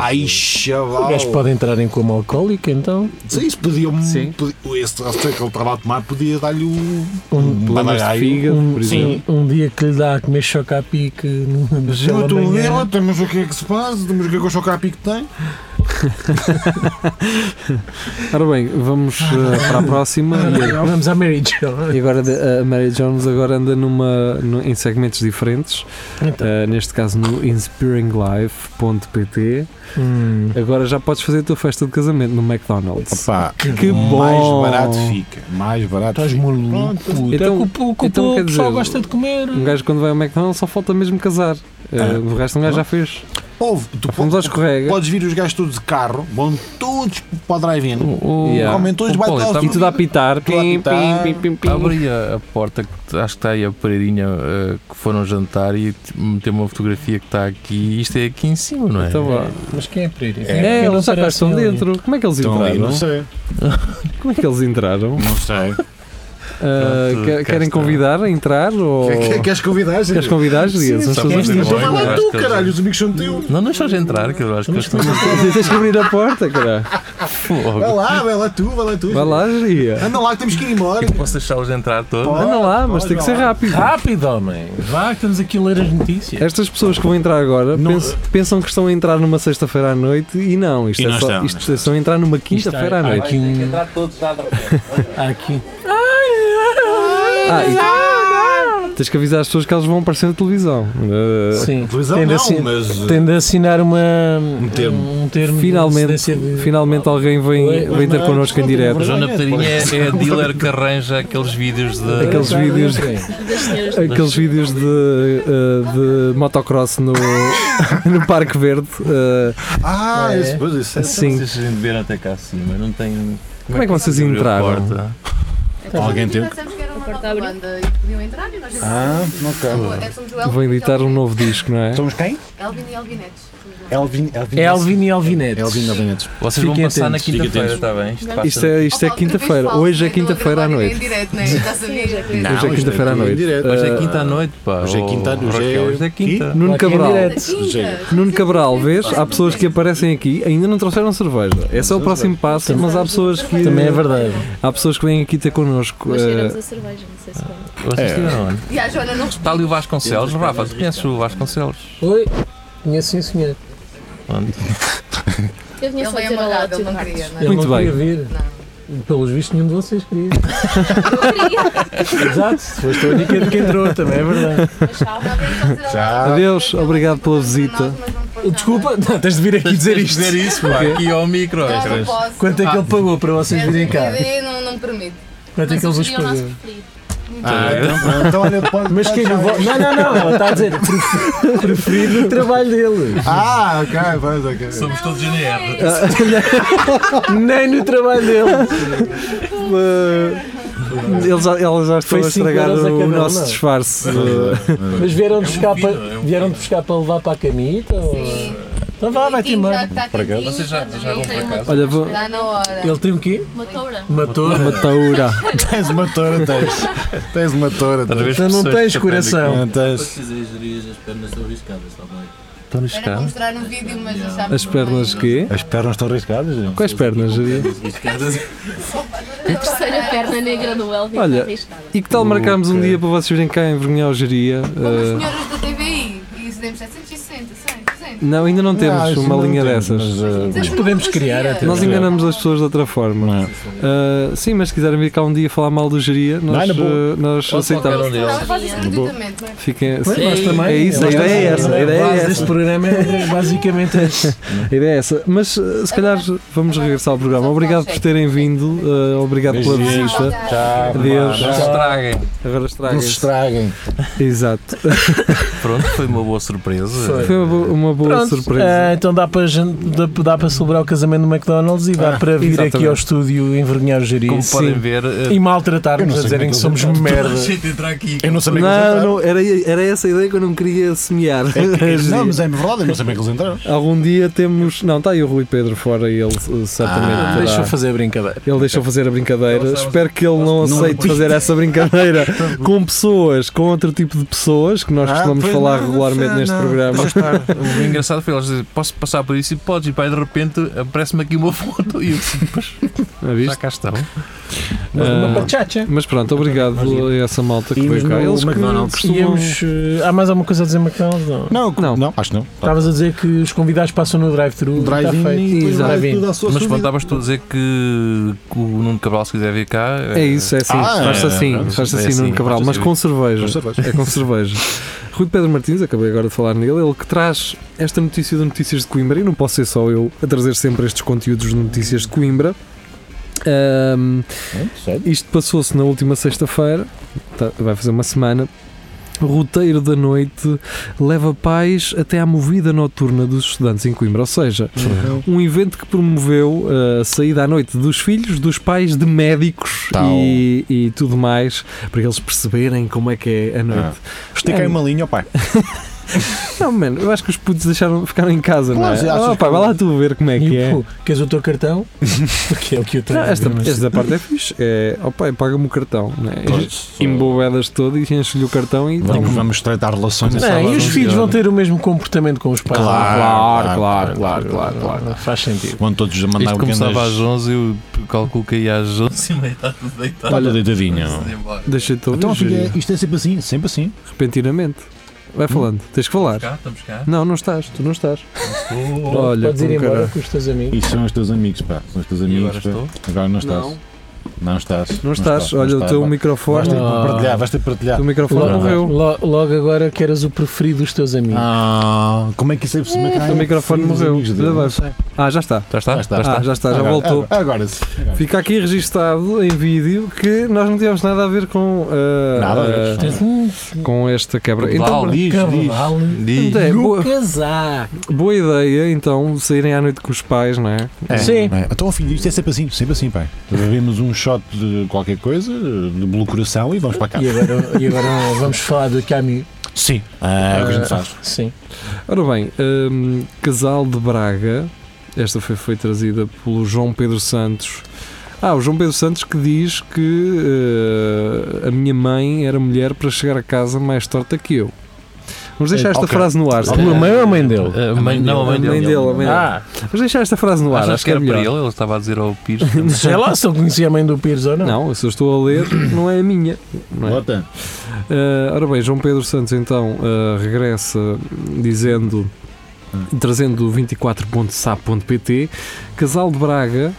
Speaker 6: Ai,
Speaker 5: O
Speaker 6: chaval.
Speaker 5: gajo pode entrar em coma alcoólico, então.
Speaker 6: Sim, isso podia.
Speaker 3: Sim.
Speaker 6: podia esse rastro que ele estava a tomar podia dar-lhe um.
Speaker 5: Um-
Speaker 3: Problemas de
Speaker 6: papagaio.
Speaker 3: fígado,
Speaker 5: um-
Speaker 3: por exemplo.
Speaker 5: sim, um dia que lhe dá a comer choca a pique no-
Speaker 6: Eu
Speaker 5: pela
Speaker 6: estou a ver,
Speaker 5: manhã.
Speaker 6: olha, mas o que é que se passa? Mas o que é que o chocapic tem?
Speaker 3: Ora bem, vamos eh, para a próxima. E a-
Speaker 5: Vamos à Mary Jo.
Speaker 3: E agora de- a Mary Jones agora anda numa, no- em segmentos diferentes,
Speaker 5: Então.
Speaker 3: eh, neste caso no inspiringlife.pt.
Speaker 5: Hum.
Speaker 3: Agora já podes fazer a tua festa de casamento no McDonald's.
Speaker 6: Opa,
Speaker 3: Que bom!
Speaker 6: Mais barato fica. Mais barato
Speaker 5: Estás
Speaker 6: fica.
Speaker 5: maluco.
Speaker 6: Pronto.
Speaker 3: Então-
Speaker 5: Então, o que o que o
Speaker 3: então, quer
Speaker 5: pessoal
Speaker 3: dizer,
Speaker 5: gosta de comer.
Speaker 3: Um gajo quando vai ao McDonald's só falta mesmo casar. Eh,
Speaker 6: Ah.
Speaker 3: o resto um gajo já fez.
Speaker 6: Ouve, tu
Speaker 3: Já fomos ao escorrega.
Speaker 6: podes vir os gajos todos de carro, vão todos para o drive-in.
Speaker 4: O,
Speaker 3: Yeah. Um
Speaker 6: Aumentou os
Speaker 4: o Paulo,
Speaker 6: bate-offs.
Speaker 4: tá-
Speaker 3: E tudo a apitar.
Speaker 6: Tudo a
Speaker 3: Pim,
Speaker 6: apitar.
Speaker 3: pim, pim, pim, pim.
Speaker 4: Abri a, a porta, que acho que está aí a paredinha eh, que foram jantar e t- meteu uma fotografia que está aqui. Isto é aqui em cima, não é?
Speaker 3: Então vá.
Speaker 5: Mas quem é Pereira?
Speaker 6: É,
Speaker 3: É, eles já cá
Speaker 5: aparece
Speaker 3: estão
Speaker 5: ali.
Speaker 3: dentro. Como é que eles
Speaker 6: Estão ali,
Speaker 3: entraram?
Speaker 6: não sei.
Speaker 3: Como é que eles entraram?
Speaker 6: Não sei.
Speaker 3: Ah,
Speaker 4: Pronto,
Speaker 3: que-
Speaker 4: cá
Speaker 3: querem
Speaker 4: está.
Speaker 3: convidar a entrar? Ou...
Speaker 6: Queres convidar?
Speaker 3: Oh. Queres convidar, Dias? Vamos
Speaker 4: só
Speaker 3: fazer isto.
Speaker 4: fazer voz.
Speaker 6: Então vai lá
Speaker 4: Eu acho
Speaker 6: tu,
Speaker 4: que eles-
Speaker 6: caralho, os amigos são teus.
Speaker 4: Não deixas entrar, que eu acho que eles estão
Speaker 3: Tens que abrir a porta, cara.
Speaker 6: Vai
Speaker 4: fogo.
Speaker 6: lá, vai lá tu, vai lá tu.
Speaker 3: Vai lá, Geria.
Speaker 6: Anda lá que temos que ir embora.
Speaker 3: é
Speaker 4: Eu posso deixá-los entrar todos?
Speaker 6: Pode.
Speaker 3: Anda lá, mas tem que ser rápido.
Speaker 5: Rápido, homem. Vá, que temos aqui a ler as notícias.
Speaker 3: Estas pessoas que vão entrar agora
Speaker 6: Não-
Speaker 3: pens- pensam que estão a entrar numa sexta-feira à noite e não, isto
Speaker 6: E
Speaker 3: é
Speaker 6: não
Speaker 3: só,
Speaker 6: estão,
Speaker 3: isto
Speaker 6: não
Speaker 3: é só entrar numa
Speaker 5: Isto
Speaker 3: quinta-feira à
Speaker 5: há- há
Speaker 3: noite.
Speaker 5: aqui um... Há aqui. é
Speaker 3: Ah, e- Tens que avisar as pessoas que elas vão aparecer na televisão. Ah,
Speaker 5: É. Sim.
Speaker 6: Televisão
Speaker 5: Tendo
Speaker 6: não,
Speaker 5: assim-
Speaker 6: mas...
Speaker 5: Tendo a assinar uma... Um
Speaker 6: termo.
Speaker 5: Um termo de
Speaker 3: Finalmente,
Speaker 5: cedência de-
Speaker 3: finalmente alguém vem,
Speaker 5: Oi,
Speaker 3: vem ter connosco em direto.
Speaker 4: O João Napteirinha é, é a dealer que arranja aqueles vídeos de.
Speaker 3: Aqueles vídeos-
Speaker 5: Sim.
Speaker 3: Aqueles vídeos de, ah, de motocross no, no Parque Verde. ah,
Speaker 6: Ah,
Speaker 5: É.
Speaker 6: isso, pois, isso é.
Speaker 3: Sim.
Speaker 4: Vocês têm de ver até cá acima, não tem.
Speaker 3: Como é que vocês
Speaker 4: abriu a
Speaker 3: entraram?
Speaker 4: porta?
Speaker 6: Alguém
Speaker 2: Nós
Speaker 6: teve?
Speaker 2: pensamos que era uma nova banda e podiam entrar e nós entramos.
Speaker 6: Ah, ok.
Speaker 2: É, somos o Elvin
Speaker 3: Vão
Speaker 2: e
Speaker 3: editar Ah. um novo disco, não é?
Speaker 5: Então,
Speaker 6: Somos quem?
Speaker 2: Elvin e Elvinetes.
Speaker 6: Elvin. Elvin.
Speaker 5: Elvin e É Alvinete.
Speaker 6: Elvin Alvinetes.
Speaker 4: Vocês vão
Speaker 5: Fiquem
Speaker 4: passar
Speaker 5: atentos,
Speaker 4: na
Speaker 6: fiquem
Speaker 4: quinta-feira,
Speaker 6: atentos.
Speaker 4: está bem? Isto, passa-
Speaker 3: Isto é, isto é quinta-feira.
Speaker 2: né?
Speaker 3: Hoje é quinta-feira à noite.
Speaker 2: é? Já sabia.
Speaker 6: Não,
Speaker 3: Hoje é
Speaker 6: isto
Speaker 3: quinta-feira à
Speaker 6: tudo em
Speaker 3: noite.
Speaker 6: direto.
Speaker 4: Hoje é
Speaker 3: Ah,
Speaker 4: quinta à noite, pá.
Speaker 6: Hoje é quinta,
Speaker 4: Oh,
Speaker 6: hoje é-
Speaker 4: Raquel, hoje é quinta.
Speaker 3: Nuno
Speaker 5: Aqui em
Speaker 3: Cabral.
Speaker 5: direto.
Speaker 3: Nuno Cabral, vês? Há pessoas que aparecem aqui ainda não trouxeram cerveja. Esse é o próximo passo, mas há pessoas que.
Speaker 5: Também é verdade.
Speaker 3: Há pessoas que vêm aqui ter connosco.
Speaker 7: Mas cheiramos
Speaker 3: eh,
Speaker 7: a cerveja, não sei se bem.
Speaker 4: Vocês
Speaker 6: É.
Speaker 4: tiveram onde?
Speaker 2: E a Joana não
Speaker 4: Está ali o Vasconcelos, Rafa, tu conheces o Vasconcelos?
Speaker 5: Oi. Conheço sim, senhor.
Speaker 4: Onde?
Speaker 7: Eu
Speaker 2: Ele
Speaker 7: conheço
Speaker 2: veio
Speaker 7: a lá,
Speaker 2: amarrado, ele não queria. não é?
Speaker 5: Ele
Speaker 3: Muito
Speaker 5: não
Speaker 3: bem.
Speaker 5: queria vir. Pelos vistos, nenhum de vocês queria. Exato. Foste a única de que entrou, também é verdade.
Speaker 6: Já.
Speaker 3: Ah. Adeus, obrigado pela visita.
Speaker 5: Desculpa, não, tens de vir aqui dizer isto.
Speaker 4: Dizer isso, pá, aqui ao micro.
Speaker 2: Não, não posso.
Speaker 5: Quanto é que ele pagou para vocês virem cá?
Speaker 2: Eu Não, não me permite.
Speaker 5: Quanto é que eles
Speaker 7: Mas o
Speaker 5: vos
Speaker 7: seria o nosso
Speaker 5: pagou?
Speaker 7: preferido.
Speaker 6: Ah, então, pronto. então olha, pode.
Speaker 5: Mas
Speaker 6: pode
Speaker 5: quem
Speaker 6: já
Speaker 5: não
Speaker 6: ir.
Speaker 5: vo- Não, não, não. Ela está a dizer pref- preferido o trabalho dele.
Speaker 6: Ah, ok, pois, ok.
Speaker 4: Somos todos GNR.
Speaker 5: Nem no trabalho dele.
Speaker 3: Eles já, elas já estão
Speaker 5: Foi
Speaker 3: a
Speaker 5: cinco
Speaker 3: estragar
Speaker 5: euros a
Speaker 3: o
Speaker 5: cada
Speaker 3: nosso
Speaker 5: uma.
Speaker 3: disfarce.
Speaker 5: Mas vieram-te buscar,
Speaker 4: fino,
Speaker 5: para-
Speaker 4: é um
Speaker 5: vieram-te buscar para levar para a canita? ou-
Speaker 2: Sim.
Speaker 5: Então vá, vai-te embora.
Speaker 4: Vocês já- já vão para casa?
Speaker 3: Olha, vou.
Speaker 2: Está na hora.
Speaker 5: Ele tem o quê?
Speaker 7: Uma toura.
Speaker 5: Matou.
Speaker 3: Taura.
Speaker 6: Tens uma toura, tens. Tens uma toura, tens.
Speaker 5: Então não tens coração.
Speaker 6: Não tens.
Speaker 4: Estão nos
Speaker 2: Era para
Speaker 4: carros.
Speaker 2: mostrar no vídeo, mas achámos
Speaker 3: As pernas quê?
Speaker 6: As pernas estão arriscadas, não?
Speaker 3: Quais pernas, Jeria?
Speaker 7: A terceira perna negra do Elvin.
Speaker 3: Olha,
Speaker 7: arriscada.
Speaker 3: E que tal marcarmos um
Speaker 4: Ok.
Speaker 3: dia para vocês virem cá envergonhar o Jeria?
Speaker 2: Como as
Speaker 3: Eh,
Speaker 2: senhoras da TVI. E isso demos 760, 100, 100.
Speaker 3: não, ainda não temos
Speaker 6: isso
Speaker 3: uma
Speaker 6: não
Speaker 3: linha
Speaker 6: temos,
Speaker 3: dessas.
Speaker 5: eh,
Speaker 6: mas,
Speaker 2: Mas
Speaker 5: podemos criar
Speaker 2: É
Speaker 5: até.
Speaker 3: Nós
Speaker 5: Sim.
Speaker 3: enganamos as pessoas de outra forma.
Speaker 6: Não é.
Speaker 3: Ah, sim, mas se quiserem vir cá um dia falar mal do geria, nós,
Speaker 6: na boa.
Speaker 3: ah, nós
Speaker 4: Ou qualquer
Speaker 3: aceitamos.
Speaker 4: um deles.
Speaker 2: Ela faz isso gratuitamente, não é?
Speaker 3: Fiquem,
Speaker 5: Pois, nós também.
Speaker 3: é isso, a
Speaker 5: Nós
Speaker 3: ideia é
Speaker 5: também.
Speaker 3: essa. A ideia é
Speaker 5: base
Speaker 3: essa.
Speaker 5: deste programa é basicamente essa.
Speaker 3: A ideia é essa. Mas ah, se calhar vamos regressar ao programa. Obrigado por terem vindo, ah, obrigado pela
Speaker 6: Beijinhos.
Speaker 3: visita.
Speaker 6: Tchau.
Speaker 3: Adeus.
Speaker 4: Não se estraguem.
Speaker 3: Agora
Speaker 6: Não se
Speaker 3: estragas.
Speaker 6: estraguem.
Speaker 3: Exato.
Speaker 4: Pronto, foi uma boa surpresa.
Speaker 5: Foi.
Speaker 3: Foi uma boa, uma boa
Speaker 5: Pronto,
Speaker 3: surpresa.
Speaker 5: eh, então dá para, jan- dá, dá para celebrar o casamento no McDonald's e dá para vir aqui
Speaker 3: exatamente.
Speaker 5: ao estúdio envergonhar o gerir
Speaker 4: Como podem ver,
Speaker 5: e
Speaker 4: eh,
Speaker 5: maltratar-nos
Speaker 6: Eu não
Speaker 5: a
Speaker 6: sei
Speaker 5: dizerem
Speaker 6: como
Speaker 5: que
Speaker 6: é
Speaker 5: somos
Speaker 6: que eles
Speaker 5: merda.
Speaker 4: toda a gente entra aqui.
Speaker 6: Eu não sabia que
Speaker 3: Não,
Speaker 6: eles entraram.
Speaker 3: não, era, era essa a ideia que eu não queria semear.
Speaker 6: Não, mas é verdade, eu não sabia que eles entraram.
Speaker 3: Algum dia temos. Não, está aí o Rui Pedro fora e ele uh, certamente. terá-
Speaker 5: Ah, Deixa eu fazer a brincadeira.
Speaker 3: Ele deixou fazer a brincadeira. Espero que ele não Tá
Speaker 6: não
Speaker 3: aceite
Speaker 6: repito.
Speaker 3: fazer essa brincadeira com pessoas, com outro tipo de pessoas que nós
Speaker 6: Ah,
Speaker 3: costumamos
Speaker 6: pois
Speaker 3: falar
Speaker 6: não,
Speaker 3: regularmente
Speaker 6: não,
Speaker 3: neste
Speaker 6: não.
Speaker 3: programa.
Speaker 4: O engraçado foi eles dizerem, posso passar por isso e podes, e pá, e de repente aparece-me aqui uma foto e eu disse, "Pois,
Speaker 3: Não
Speaker 4: já
Speaker 3: viste?
Speaker 4: cá estão.
Speaker 5: Uma
Speaker 3: Ah,
Speaker 5: pachacha.
Speaker 3: mas pronto, obrigado
Speaker 8: Nós
Speaker 3: a essa malta que
Speaker 8: íamos
Speaker 3: veio cá.
Speaker 8: no
Speaker 3: Eles que
Speaker 8: McDonald's.
Speaker 3: costumam-
Speaker 5: Íamos, eh, há mais alguma coisa a dizer, McDonald's? Não.
Speaker 6: Não,
Speaker 3: Não.
Speaker 6: não, não, acho que não.
Speaker 5: Estavas a dizer que os convidados passam no drive-thru. Está
Speaker 6: Drive-in
Speaker 5: feito.
Speaker 6: e depois
Speaker 5: Exato.
Speaker 6: vai
Speaker 5: Drive-in.
Speaker 6: tudo à sua
Speaker 4: Mas
Speaker 6: subida.
Speaker 4: pronto, estavas tu a dizer que, que o Nuno Cabral, se quiser vir cá. eh,
Speaker 3: É isso, é assim.
Speaker 6: Ah,
Speaker 3: faz-se
Speaker 6: é,
Speaker 3: assim,
Speaker 6: é,
Speaker 3: faz-se
Speaker 4: é
Speaker 3: assim,
Speaker 4: assim,
Speaker 3: Nuno Cabral,
Speaker 4: faz-se
Speaker 3: mas
Speaker 4: assim.
Speaker 3: com cerveja.
Speaker 6: Mas cerveja.
Speaker 3: É com cerveja. Rui Pedro Martins, acabei agora de falar nele, ele que traz esta notícia de Notícias de Coimbra, e não posso ser só eu a trazer sempre estes conteúdos de Notícias de Coimbra. Ahm, isto passou-se na última sexta-feira, tá- vai fazer uma semana. Roteiro da noite leva pais até à movida noturna dos estudantes em Coimbra, ou seja,
Speaker 6: Uhum.
Speaker 3: um evento que promoveu uh, a saída à noite dos filhos, dos pais, de médicos
Speaker 6: Tal.
Speaker 3: e, e tudo mais, para eles perceberem como é que é a noite.
Speaker 6: Ah. Estica aí uma linha, ó pai.
Speaker 3: Não, mano, eu acho que os putos deixaram, ficaram em casa,
Speaker 6: Claro,
Speaker 3: não é?
Speaker 6: já achas
Speaker 3: Ah, pá,
Speaker 6: que-
Speaker 3: vai lá tu ver como é que
Speaker 5: E,
Speaker 3: é.
Speaker 5: pô, queres o teu cartão? Porque é o que eu tenho.
Speaker 3: Não, esta,
Speaker 5: mas-
Speaker 3: esta parte é fixe. É, ó pai, paga-me o cartão, não é? Embobedas todo e enche-lhe o cartão e.
Speaker 6: Vamos, vamos tratar relações
Speaker 5: Não,
Speaker 6: nessa
Speaker 5: e
Speaker 6: hora.
Speaker 5: os filhos vão ter o mesmo comportamento com os pais.
Speaker 6: Claro,
Speaker 3: claro,
Speaker 5: claro, claro, claro. Faz sentido.
Speaker 6: Vão todos a mandar
Speaker 4: Isto começava às
Speaker 6: pequenas.
Speaker 4: 11, eu calculo que ia às 11 e meia está tudo
Speaker 3: Tá
Speaker 4: deitado.
Speaker 6: Olha, deitadinho.
Speaker 4: Vamos embora.
Speaker 3: Deixa-te ouvir,
Speaker 6: Então, filha,
Speaker 3: Júlio,
Speaker 6: isto é sempre assim, sempre assim.
Speaker 3: repentinamente.
Speaker 5: Hum?
Speaker 3: Vai falando, tens que falar.
Speaker 4: Cá, estamos cá.
Speaker 3: Não, não estás, tu não estás. Olha,
Speaker 5: Podes ir
Speaker 3: com
Speaker 5: embora
Speaker 3: caralho.
Speaker 5: com os teus amigos.
Speaker 6: Isso são os teus amigos, pá. São os teus
Speaker 4: E
Speaker 6: amigos.
Speaker 4: agora
Speaker 6: pá.
Speaker 4: estou.
Speaker 6: Agora não estás.
Speaker 3: Não.
Speaker 6: Não estás.
Speaker 3: Não estás, olha, o teu
Speaker 6: Vai- Vais ter
Speaker 3: microfone.
Speaker 5: Ah.
Speaker 6: que partilhar, vais ter que
Speaker 3: O
Speaker 6: partilhar.
Speaker 3: teu microfone
Speaker 6: Claro.
Speaker 3: morreu.
Speaker 5: Lo- logo agora que eras o preferido dos teus amigos.
Speaker 6: Ah, como é que isso é possível?
Speaker 3: o microfone morreu. Já vai. Ah, já está.
Speaker 4: Já está?
Speaker 6: Já está.
Speaker 4: Já
Speaker 3: Ah, já está, já
Speaker 6: Agora-
Speaker 3: voltou.
Speaker 6: Agora sim.
Speaker 3: Fica aqui registado em vídeo que nós não tivemos nada a ver com, ah,
Speaker 6: Nada a ver.
Speaker 3: ah,
Speaker 5: É,
Speaker 3: com esta quebra. Então,
Speaker 4: Cabral, diz,
Speaker 5: Cavalo
Speaker 4: diz.
Speaker 3: é, boa,
Speaker 5: casaco.
Speaker 3: boa ideia, então, saírem à noite com os pais, não é?
Speaker 6: É,
Speaker 5: Sim.
Speaker 6: é. Então, filho, isto é sempre assim, sempre assim, pai. Bebemos um shot de qualquer coisa, de blue coração e vamos para cá.
Speaker 5: E agora, e agora vamos falar do Camus.
Speaker 6: Sim. Ah, é o que a gente faz.
Speaker 5: Sim.
Speaker 3: Ora bem, hum, Casal de Braga, esta foi, foi trazida pelo João Pedro Santos. Ah, o João Pedro Santos que diz que eh, a minha mãe era mulher para chegar a casa mais torta que eu. Vamos deixar
Speaker 6: Eh,
Speaker 3: esta
Speaker 6: ok.
Speaker 3: frase no ar. se
Speaker 5: A
Speaker 3: calhar.
Speaker 5: tua mãe ou a mãe dele?
Speaker 4: Eh, A mãe, não, a mãe dele.
Speaker 3: a mãe dele.
Speaker 5: Ah,
Speaker 3: Vamos deixar esta frase no ar,
Speaker 4: Achas
Speaker 3: acho que
Speaker 4: que
Speaker 3: é
Speaker 4: era para
Speaker 3: melhor.
Speaker 4: ele? Ele estava a dizer ao Pires.
Speaker 5: sei lá se ele conhecia a mãe do Pires ou não.
Speaker 3: Não, se eu estou a ler, não é a minha. não é?
Speaker 6: Bota.
Speaker 3: Eh, ora bem, João Pedro Santos então eh, regressa dizendo, trazendo o 24.sap.pt, casal de Braga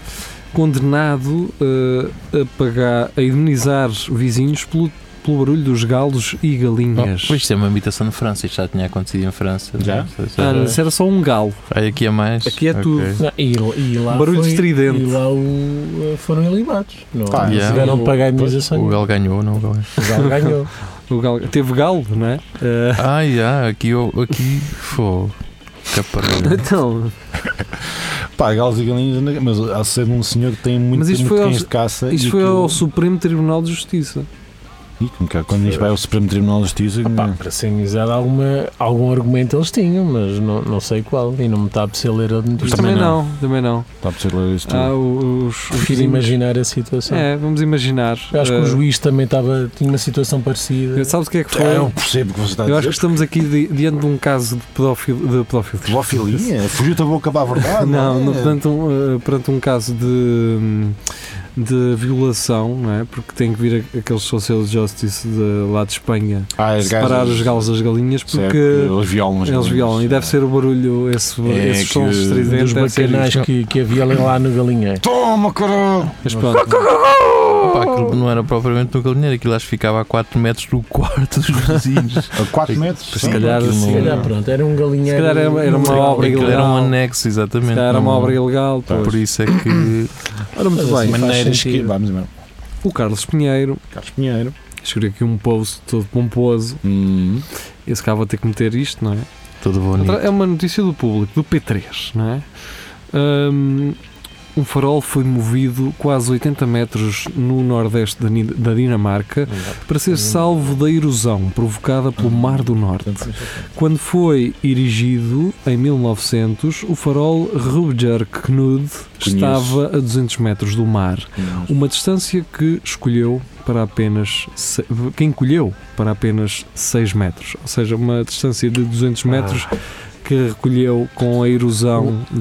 Speaker 3: condenado eh, a pagar, a indenizar vizinhos pelo, pelo barulho dos galos e
Speaker 5: Oh,
Speaker 3: galinhas.
Speaker 4: Pois isto é uma imitação de França, isto já tinha acontecido em França.
Speaker 6: Já?
Speaker 4: Não sei se-
Speaker 5: eh,
Speaker 3: Ah, não, isso era só um galo.
Speaker 4: Aí aqui é mais.
Speaker 3: Aqui é
Speaker 4: Ok.
Speaker 3: tudo.
Speaker 5: Não, e, e lá
Speaker 3: Barulho
Speaker 5: foi-
Speaker 3: estridente.
Speaker 5: E lá o, eh, foram eliminados. Não,
Speaker 6: Pá,
Speaker 5: não
Speaker 4: yeah.
Speaker 5: tiveram de pagar a indenização.
Speaker 4: O Galo ganhou, não o Galo.
Speaker 5: O Galo ganhou.
Speaker 3: O galo- Teve galo, não é? Eh,
Speaker 4: Ah, já, aqui, eu- aqui, fô. Caparulho.
Speaker 3: então,
Speaker 6: Pá, galos e galinhas, né? mas há de ser um senhor que tem muito,
Speaker 3: Mas isto
Speaker 6: muito
Speaker 3: foi
Speaker 6: cães
Speaker 3: aos-
Speaker 6: de caça.
Speaker 3: isto
Speaker 6: e
Speaker 3: foi
Speaker 6: aquilo-
Speaker 3: ao Supremo Tribunal de Justiça.
Speaker 6: Ih, como que é? Quando isto vai ao Supremo Tribunal de Justiça.
Speaker 5: Pá, Eh, para ser indenizado, alguma, algum argumento eles tinham, mas não, não sei qual. E não me está a perceber ler a
Speaker 3: Mas
Speaker 5: notícia.
Speaker 3: também,
Speaker 6: também
Speaker 3: não. também não.
Speaker 6: Está a perceber ler isto tudo.
Speaker 3: Ah, o- os, os
Speaker 5: Prefiro imaginar a situação.
Speaker 3: É, vamos imaginar.
Speaker 5: Eu acho que o
Speaker 3: Eh,
Speaker 5: juiz também estava, tinha uma situação parecida.
Speaker 3: Eu- Sabes o que é que foi?
Speaker 6: Ah, eu
Speaker 5: Então.
Speaker 6: percebo o que você está a
Speaker 3: Eu acho
Speaker 6: dizer.
Speaker 3: que estamos aqui di- diante de um caso de pedófilo. De pedófilo.
Speaker 6: Pedofilia? Fugiu-te a boca para a verdade?
Speaker 3: Não,
Speaker 6: é?
Speaker 3: no- perante, um, eh, perante um caso de, hum, de violação, não é? Porque tem que vir a- aqueles social justice de, lá de Espanha
Speaker 6: Ah, as
Speaker 3: separar
Speaker 6: gajas-
Speaker 3: os galos das galinhas porque
Speaker 6: Certo, eles violam. as
Speaker 3: eles
Speaker 6: galinhas.
Speaker 3: violam. E deve ser o barulho, esse,
Speaker 6: É
Speaker 3: esses
Speaker 6: que-
Speaker 3: sons
Speaker 5: Dos
Speaker 3: estridentes. Deve ser
Speaker 5: bacanais
Speaker 3: isto.
Speaker 5: que, que havia lá no galinheiro.
Speaker 6: Toma, caralho!
Speaker 3: Mas pronto,
Speaker 4: Opa, aquilo não era propriamente no galinheiro, aquilo acho que ficava a 4 metros do quarto dos vizinhos.
Speaker 6: A 4 metros?
Speaker 3: se calhar,
Speaker 4: aquilo
Speaker 5: Se
Speaker 3: se
Speaker 5: calhar,
Speaker 3: calhar,
Speaker 5: pronto, era um galinheiro.
Speaker 3: Se calhar era- era uma
Speaker 5: ilegal.
Speaker 3: obra
Speaker 4: Aquilo era um
Speaker 3: ilegal.
Speaker 4: anexo, exatamente.
Speaker 3: era uma
Speaker 4: não-
Speaker 3: obra ilegal. pois.
Speaker 4: Por isso é que.
Speaker 3: Ora, muito
Speaker 5: Mas
Speaker 3: bem.
Speaker 5: assim-
Speaker 6: Tá. Maneiras que.
Speaker 5: sentido.
Speaker 6: Vamos mesmo.
Speaker 3: O Carlos Pinheiro
Speaker 6: Carlos Pinheiro.
Speaker 3: escreveu aqui um post todo pomposo.
Speaker 6: Hum.
Speaker 3: Esse cá vou ter que meter isto, não é?
Speaker 4: Tudo bonito.
Speaker 3: Outra- é uma notícia do público, do P3, não é? Hum, Um, farol foi movido quase 80 metros no nordeste da, Ni- da Dinamarca para ser salvo da erosão provocada pelo Mar do Norte. Quando foi erigido, em 1900, o farol Rubjerknud estava a 200 metros do mar. Uma distância que escolheu para apenas. se- que encolheu para apenas 6 metros. Ou seja, uma distância de 200 metros que que recolheu com a erosão da,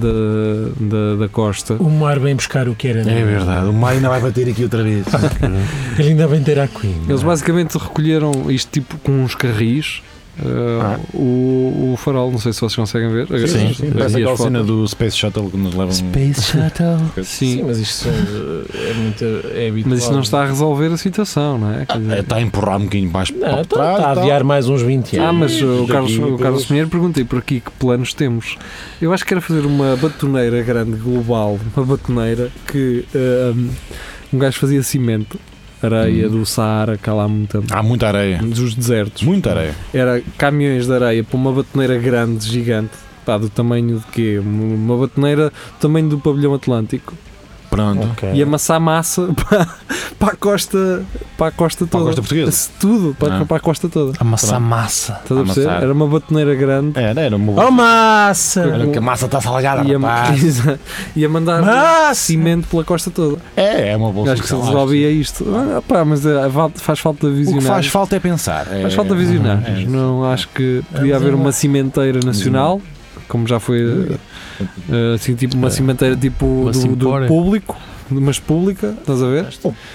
Speaker 3: da, da costa.
Speaker 5: O mar vem buscar o que era
Speaker 6: É
Speaker 5: dele.
Speaker 6: verdade, o Maio não vai bater aqui outra vez.
Speaker 5: Ele ainda vem ter a Queen.
Speaker 3: Eles basicamente recolheram isto tipo com uns carris. eh,
Speaker 4: Ah.
Speaker 3: o, o farol, não sei se vocês conseguem ver.
Speaker 6: Sim, sim, sim. Parece
Speaker 3: E as
Speaker 6: aquela cena
Speaker 3: fotos.
Speaker 6: do Space Shuttle que nos levam.
Speaker 5: Space Shuttle. Sim,
Speaker 6: um
Speaker 3: Sim,
Speaker 5: mas isto é, é muito. É habitual.
Speaker 3: mas isto não está a resolver a situação, não é? Quer dizer-
Speaker 6: Está a empurrar um bocadinho mais
Speaker 5: Não,
Speaker 6: para
Speaker 5: está,
Speaker 6: trás.
Speaker 5: está a
Speaker 6: e tal.
Speaker 5: adiar mais uns 20 anos.
Speaker 3: Ah, mas o
Speaker 6: daqui
Speaker 3: Carlos, o
Speaker 6: depois-
Speaker 3: Carlos Pinheiro pergunta e por aqui que planos temos. Eu acho que era fazer uma batoneira grande, global, uma batoneira que ah, um, gajo fazia cimento, areia do Saara, cá lá muita,
Speaker 6: Há muita areia.
Speaker 3: dos desertos.
Speaker 6: Muita areia.
Speaker 3: Era caminhões de areia para uma batoneira grande, gigante, pá, do tamanho de quê? Uma batoneira do tamanho do pavilhão atlântico
Speaker 6: Pronto.
Speaker 5: Ok.
Speaker 3: e amassar massa para, para a costa para a costa
Speaker 6: Para a
Speaker 3: toda.
Speaker 6: costa portuguesa.
Speaker 3: Se Tudo, para,
Speaker 6: Ah.
Speaker 3: para a costa toda.
Speaker 4: Amassar massa.
Speaker 3: Estás a perceber?
Speaker 6: Amassar.
Speaker 3: Era uma batoneira grande.
Speaker 6: Era, era uma boa.
Speaker 5: Oh, massa!
Speaker 6: Era que a massa está salgada,
Speaker 3: ia,
Speaker 6: rapaz.
Speaker 3: ia mandar
Speaker 5: Massa!
Speaker 3: cimento pela costa toda.
Speaker 6: É, é uma boa
Speaker 3: Acho que se
Speaker 6: solução,
Speaker 3: resolvia isto. Ah, pá, mas é, val- faz falta
Speaker 6: O que
Speaker 3: visionários.
Speaker 6: faz falta é pensar. É-
Speaker 3: Faz falta visionários.
Speaker 6: É.
Speaker 3: Não acho que
Speaker 5: Vamos
Speaker 3: podia haver
Speaker 5: lá.
Speaker 3: uma cimenteira nacional, como já foi eh, assim, tipo
Speaker 6: É.
Speaker 3: uma cimenteira tipo
Speaker 4: Uma
Speaker 3: do, do
Speaker 4: cimpora.
Speaker 3: público, mas pública, estás a ver?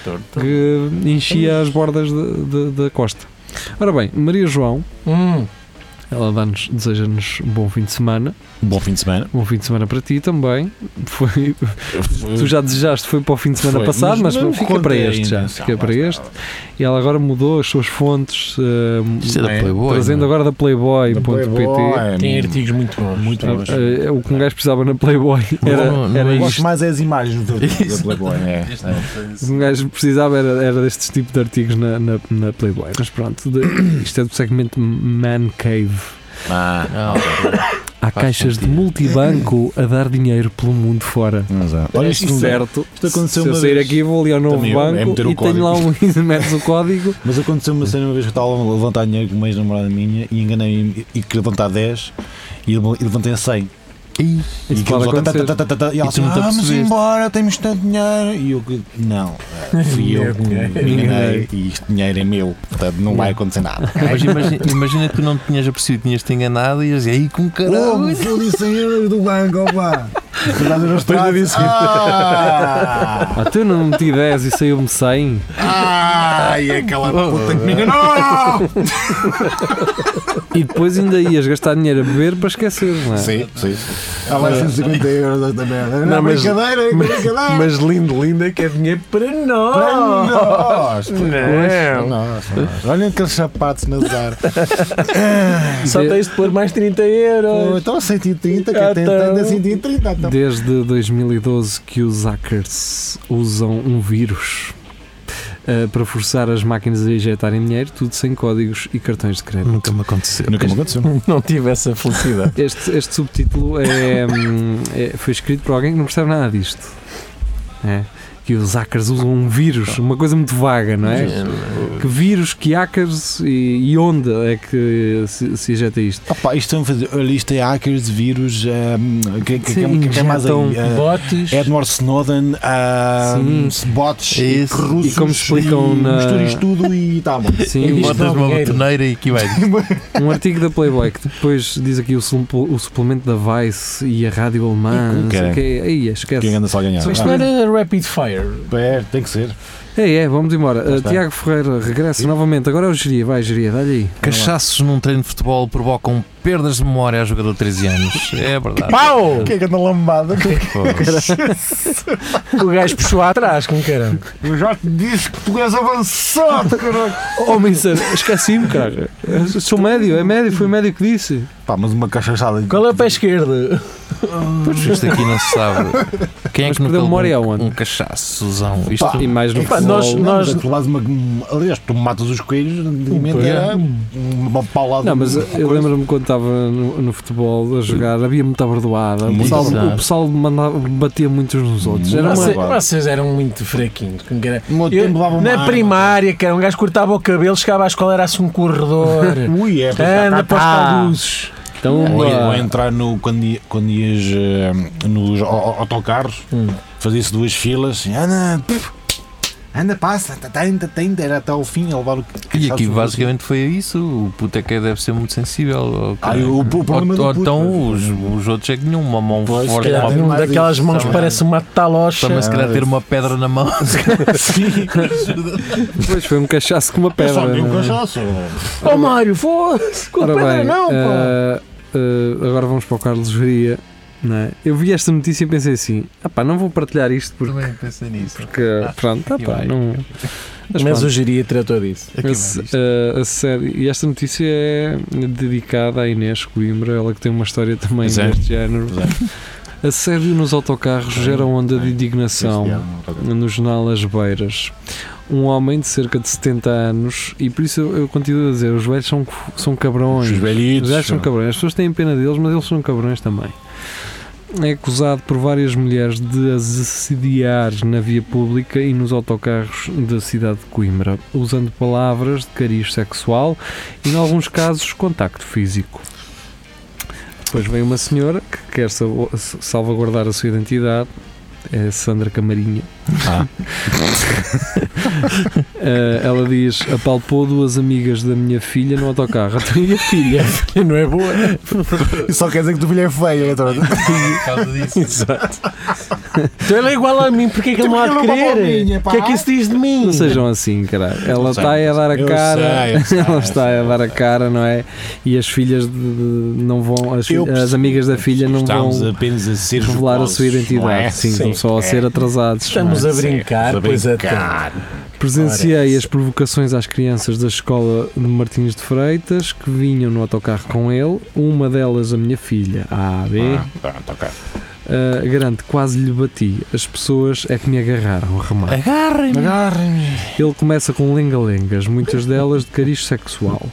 Speaker 6: Tá.
Speaker 3: Que
Speaker 6: É
Speaker 3: enchia as bordas da- da da costa. Ora bem, Maria João,
Speaker 5: Hum,
Speaker 3: ela dá-nos, deseja-nos um bom fim de semana,
Speaker 6: Um Bom fim de semana.
Speaker 3: bom fim de semana para ti também. Foi, Tu já desejaste, foi para o fim de semana
Speaker 6: Foi,
Speaker 3: passado, mas,
Speaker 6: mas não
Speaker 3: fica
Speaker 6: contei
Speaker 3: para este
Speaker 6: ainda,
Speaker 3: já.
Speaker 6: então,
Speaker 3: Fica
Speaker 6: lá
Speaker 3: para
Speaker 6: está.
Speaker 3: este. E ela agora mudou as suas fontes, eh,
Speaker 4: Isto é da
Speaker 6: É,
Speaker 4: Playboy.
Speaker 3: trazendo
Speaker 4: não é?
Speaker 3: agora da
Speaker 6: Da
Speaker 3: Playboy.pt.
Speaker 6: Playboy. é,
Speaker 5: tem artigos muito bons.
Speaker 6: Muito bons.
Speaker 3: Eh, O que um gajo precisava na Playboy
Speaker 4: não-
Speaker 3: era, era
Speaker 4: não é
Speaker 6: Eu
Speaker 3: isto.
Speaker 6: gosto mais é as imagens do da Playboy. É.
Speaker 3: O que um gajo precisava era, era destes tipos de artigos na, na, na Playboy. Mas pronto, de- isto é do segmento Man Cave.
Speaker 6: Ah,
Speaker 4: Ah,
Speaker 3: Há
Speaker 4: Faz
Speaker 3: caixas de
Speaker 4: sentido.
Speaker 3: multibanco a dar dinheiro pelo mundo fora.
Speaker 6: mas é. Olha isto
Speaker 3: certo.
Speaker 6: isto aconteceu
Speaker 3: Se eu
Speaker 6: uma
Speaker 3: sair
Speaker 6: vez.
Speaker 3: aqui, vou ali ao novo
Speaker 6: Também eu, é
Speaker 3: banco
Speaker 6: meter o
Speaker 3: e tenho lá um. e metes o código.
Speaker 6: Mas aconteceu uma cena uma vez que eu estava a levantar dinheiro com uma ex-namorada minha e enganei-me e queria levantar 10 e eu levantei 100. E,
Speaker 3: Isso
Speaker 6: aquilo
Speaker 3: pode
Speaker 6: só tá,
Speaker 3: acontecer.
Speaker 6: tá, tá, tá, tá, e ela
Speaker 4: E
Speaker 6: assim,
Speaker 4: tu não te
Speaker 6: "Ah, vamos
Speaker 4: apercebeste."
Speaker 6: embora, temos tanto dinheiro. E eu, que- não, eh, fui eu que me enganei e este dinheiro é meu, portanto não vai acontecer nada.
Speaker 4: Mas imagina, imagina que tu não tinhas apercebido, tinhas-te enganado e ias aí
Speaker 3: Oh,
Speaker 4: com
Speaker 6: um.
Speaker 4: caralho.
Speaker 6: fui 100 euros do banco, opá.
Speaker 3: Depois eu disse,
Speaker 6: Ah,
Speaker 3: Ah, tu não meti 10 e saiu-me 100?
Speaker 6: ai, aquela puta que me enganou.
Speaker 3: E depois ainda ias gastar dinheiro a beber para esquecer, não é?
Speaker 6: Sim, sim. Ah, vai 150 euros esta merda. Não,
Speaker 3: Não, mas-
Speaker 6: brincadeira, é brincadeira.
Speaker 3: Mas lindo, lindo é que é dinheiro para nós. é?
Speaker 6: Nós, não. Olhem aqueles sapatos na Zara.
Speaker 5: Só tens de pôr mais 30 euros.
Speaker 6: Estão Oh, então a 130, que
Speaker 5: Ah,
Speaker 6: até
Speaker 5: então.
Speaker 6: ainda 130. então.
Speaker 3: Desde 2012 que os hackers usam um vírus ah, para forçar as máquinas a injetarem dinheiro, tudo sem códigos e cartões de crédito.
Speaker 4: Nunca me aconteceu.
Speaker 6: Nunca me aconteceu.
Speaker 5: Não tive essa felicidade.
Speaker 3: Este, este subtítulo é, hum, é- foi escrito por alguém que não percebe nada disto. É, que os hackers usam um vírus, uma coisa muito vaga, não é? Que vírus, que hackers e, e onde é que se, se injeta isto?
Speaker 6: Opa, isto, estão a fazer, olha, isto é hackers, vírus. ehm, que, que, que,
Speaker 3: Sim,
Speaker 6: que- que é mais aí?
Speaker 3: injetam
Speaker 6: Eh,
Speaker 5: Botes.
Speaker 6: Edward Snowden, ehm, bots, e
Speaker 4: Isso.
Speaker 6: russos,
Speaker 3: E como explicam na-
Speaker 6: mistura isto tudo e tá bom.
Speaker 3: Sim,
Speaker 5: E
Speaker 3: isto-
Speaker 4: Botas uma
Speaker 5: dinheiro.
Speaker 4: batoneira e aqui vai.
Speaker 3: um artigo da Playboy que depois diz aqui o, supl- o suplemento da Vice e a rádio alemã.
Speaker 6: E que
Speaker 3: não sei o
Speaker 6: querem?
Speaker 3: quê. Aí, esquece.
Speaker 6: Quem anda só a ganhar?
Speaker 5: Só Isto não era rapid fire.
Speaker 6: Ah, é, tem que ser.
Speaker 3: É, é, vamos embora. Uh,
Speaker 6: está.
Speaker 3: Tiago Ferreira regressa novamente. Agora é o Geria, vai, Geria, dá-lhe aí.
Speaker 4: Cachaços num treino de futebol provocam perdas de memória a jogador de 13 anos. É verdade.
Speaker 5: Pau!
Speaker 6: que é que anda lambada?
Speaker 5: O gajo puxou atrás, como que era?
Speaker 6: Eu já te disse que tu és avançado, caralho.
Speaker 3: Homem, esqueci-me, cara. Sou médio, é médio, foi médio que disse.
Speaker 6: Pá, mas uma cachachada.
Speaker 5: Qual é o pé esquerdo?
Speaker 4: Pois isto aqui não se sabe. Quem é
Speaker 3: Mas
Speaker 4: que
Speaker 3: perdeu
Speaker 4: nunca levou
Speaker 3: memória
Speaker 4: um,
Speaker 3: aonde?
Speaker 4: um cachaçozão? Isto
Speaker 3: E mais no
Speaker 5: Epá,
Speaker 3: futebol.
Speaker 5: nós- Um
Speaker 6: Nós, tu lás uma, um, aliás, tu matas os coelhos de mentira, uma paulada.
Speaker 3: Não, mas
Speaker 4: eh,
Speaker 3: eu lembro-me quando estava no, no futebol a jogar, havia muita bordoada. O
Speaker 6: Muita
Speaker 3: pessoal,
Speaker 4: bordoada.
Speaker 3: o pessoal mandava, batia muitos nos outros. Era
Speaker 6: Muita
Speaker 3: uma,
Speaker 5: Vocês,
Speaker 6: agora.
Speaker 5: vocês eram muito fraquinhos. como que era?
Speaker 6: O meu
Speaker 5: Eu-
Speaker 6: é
Speaker 5: é
Speaker 6: tempo dava uma
Speaker 5: na
Speaker 6: arma.
Speaker 5: primária, cara, um gajo cortava o cabelo, chegava à escola, era-se um corredor.
Speaker 6: Ui, é.
Speaker 5: Anda para os
Speaker 4: Ah,
Speaker 5: caluzes.
Speaker 3: então,
Speaker 6: Ou,
Speaker 3: uma-
Speaker 6: ou entrar no, quando, ia- quando ias
Speaker 5: Hum.
Speaker 6: eh, nos au- au- autocarros, fazia-se duas filas, e, ah, não, assim, pff, anda, passa, tenta, tenta, era até ao fim a levar o que
Speaker 4: E aqui
Speaker 6: sabes,
Speaker 4: basicamente foi isso. O puto é que deve ser muito sensível. ao
Speaker 6: Ah,
Speaker 4: caralho.
Speaker 6: o- o problema
Speaker 4: ou,
Speaker 6: do
Speaker 4: ou
Speaker 6: puto,
Speaker 4: então
Speaker 6: mas-
Speaker 4: os, os outros é que tinham uma mão
Speaker 5: Pois, se
Speaker 4: forte.
Speaker 5: calhar
Speaker 4: Uma,
Speaker 5: tem uma
Speaker 6: mais
Speaker 5: daquelas
Speaker 6: isso
Speaker 5: mãos que
Speaker 4: também.
Speaker 5: parece uma talocha.
Speaker 4: também se calhar ter uma pedra na mão.
Speaker 6: Sim,
Speaker 3: Depois foi um cachaço com uma
Speaker 6: eu só
Speaker 3: pedra.
Speaker 6: tenho um
Speaker 4: né?
Speaker 3: não é?
Speaker 6: cachaço.
Speaker 5: Oh Mário, foda-se, com a
Speaker 3: Ora
Speaker 5: pedra
Speaker 3: bem,
Speaker 5: não, pá.
Speaker 3: ah, ah, agora vamos para o Carlos Geria. Não é? Eu vi esta notícia e pensei assim: ah pá, não vou partilhar isto porque,
Speaker 4: Também pensei nisso.
Speaker 3: porque pronto, ah,
Speaker 4: e
Speaker 3: pá,
Speaker 4: vai.
Speaker 3: não.
Speaker 5: Mas,
Speaker 3: pronto.
Speaker 5: o geria tratou disso.
Speaker 6: É
Speaker 4: Aqui vai
Speaker 3: Esse,
Speaker 4: isto.
Speaker 3: eh, a série, e esta notícia é dedicada à Inês Coimbra, ela que tem uma história também
Speaker 6: Pois é.
Speaker 3: deste género. Assédio nos autocarros gera onda de indignação no jornal As Beiras. Um homem de cerca de 70 anos, e por isso eu, eu continuo a dizer: os velhos são, são cabrões.
Speaker 6: Os velhitos. é.
Speaker 3: Os velhos são cabrões. As pessoas têm pena deles, mas eles são cabrões também. É acusado por várias mulheres de as assediar na via pública e nos autocarros da cidade de Coimbra, usando palavras de cariz sexual e, em alguns casos, contacto físico. Depois vem uma senhora que quer sa- salvaguardar a sua identidade, é Sandra Camarinha.
Speaker 6: Ah.
Speaker 3: Eh, ela diz: apalpou duas amigas da minha filha no autocarro. Então, e a filha?
Speaker 5: Não é boa?
Speaker 6: Só quer dizer que tu filho é feio, então.
Speaker 4: Por causa disso.
Speaker 5: Exato. então ele é igual a mim, porque é que ele não há de
Speaker 6: Porque ele é uma
Speaker 5: querer?
Speaker 6: bolinha,
Speaker 5: O
Speaker 6: pá.
Speaker 5: que é que isso diz de mim?
Speaker 3: Não sejam assim, caralho. Ela
Speaker 6: Eu sei,
Speaker 3: está aí a
Speaker 6: eu
Speaker 3: dar a
Speaker 6: sei. Eu
Speaker 3: cara.
Speaker 6: sei, eu sei,
Speaker 3: ela
Speaker 6: eu
Speaker 3: está
Speaker 6: sei,
Speaker 3: a
Speaker 6: eu
Speaker 3: dar a
Speaker 6: sei.
Speaker 3: cara, não é? E as filhas de- de- não vão. As,
Speaker 6: Eu
Speaker 3: fi- as
Speaker 6: percebo.
Speaker 3: amigas da filha não
Speaker 6: Estamos
Speaker 3: vão
Speaker 6: apenas a ser
Speaker 3: revelar a sua
Speaker 6: jocosos, não
Speaker 3: identidade.
Speaker 6: é?
Speaker 3: Sim, estão só a
Speaker 6: é.
Speaker 3: ser atrasados. não é?
Speaker 5: Estamos a brincar, pois é, tá. até.
Speaker 3: Presenciei
Speaker 5: Ora,
Speaker 3: as provocações às crianças da escola de Martins de Freitas que vinham no autocarro com ele, uma delas a minha filha, a AB.
Speaker 6: Pronto, ok.
Speaker 3: Uh, garanto, quase lhe bati. As pessoas é que me agarraram, remate.
Speaker 6: Agarrem-me.
Speaker 3: Ele começa com lenga-lengas, muitas delas de cariz sexual.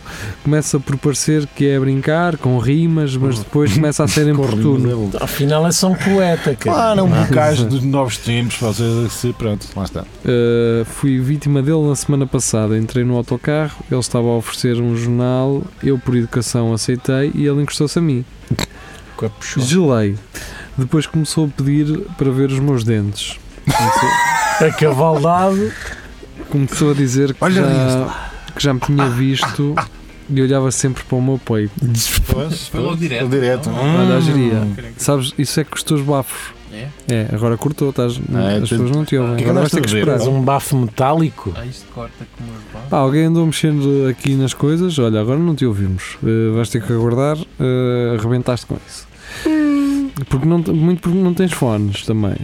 Speaker 3: Começa por parecer que é a brincar, com rimas, mas depois começa a ser importuno.
Speaker 5: Afinal é só um poeta,
Speaker 4: Ah,
Speaker 5: cara.
Speaker 6: Claro, um bocage dos novos tempos, vocês se pronto, lá está.
Speaker 3: Uh, fui vítima dele na semana passada. Entrei no autocarro, ele estava a oferecer um jornal, eu por educação aceitei e ele encostou-se a mim.
Speaker 5: Com a puxou.
Speaker 3: Gelei. Depois começou a pedir para ver os meus dentes. Começou-
Speaker 5: A cavaldade.
Speaker 3: começou a dizer que,
Speaker 6: Olha
Speaker 3: já, que já me tinha visto e olhava sempre para o meu peito.
Speaker 6: Pois,
Speaker 4: Foi logo direto, então.
Speaker 6: direto.
Speaker 3: Olha a geria. Sabes, isso é que custou os bafos.
Speaker 4: É?
Speaker 3: É, agora cortou, estás,
Speaker 6: Ah, é,
Speaker 3: as
Speaker 6: tu-
Speaker 3: pessoas não te ouvem.
Speaker 6: O que é que
Speaker 3: agora vais
Speaker 6: andaste a
Speaker 3: ter que
Speaker 6: beber?
Speaker 3: esperar.
Speaker 5: Mas um bafo metálico.
Speaker 4: Ah, isto corta como os balas.
Speaker 3: Pá, alguém andou mexendo aqui nas coisas. Olha, agora não te ouvimos. Eh, vais ter que aguardar. eh, arrebentaste com isso. Porque não, te- muito porque não tens fones também.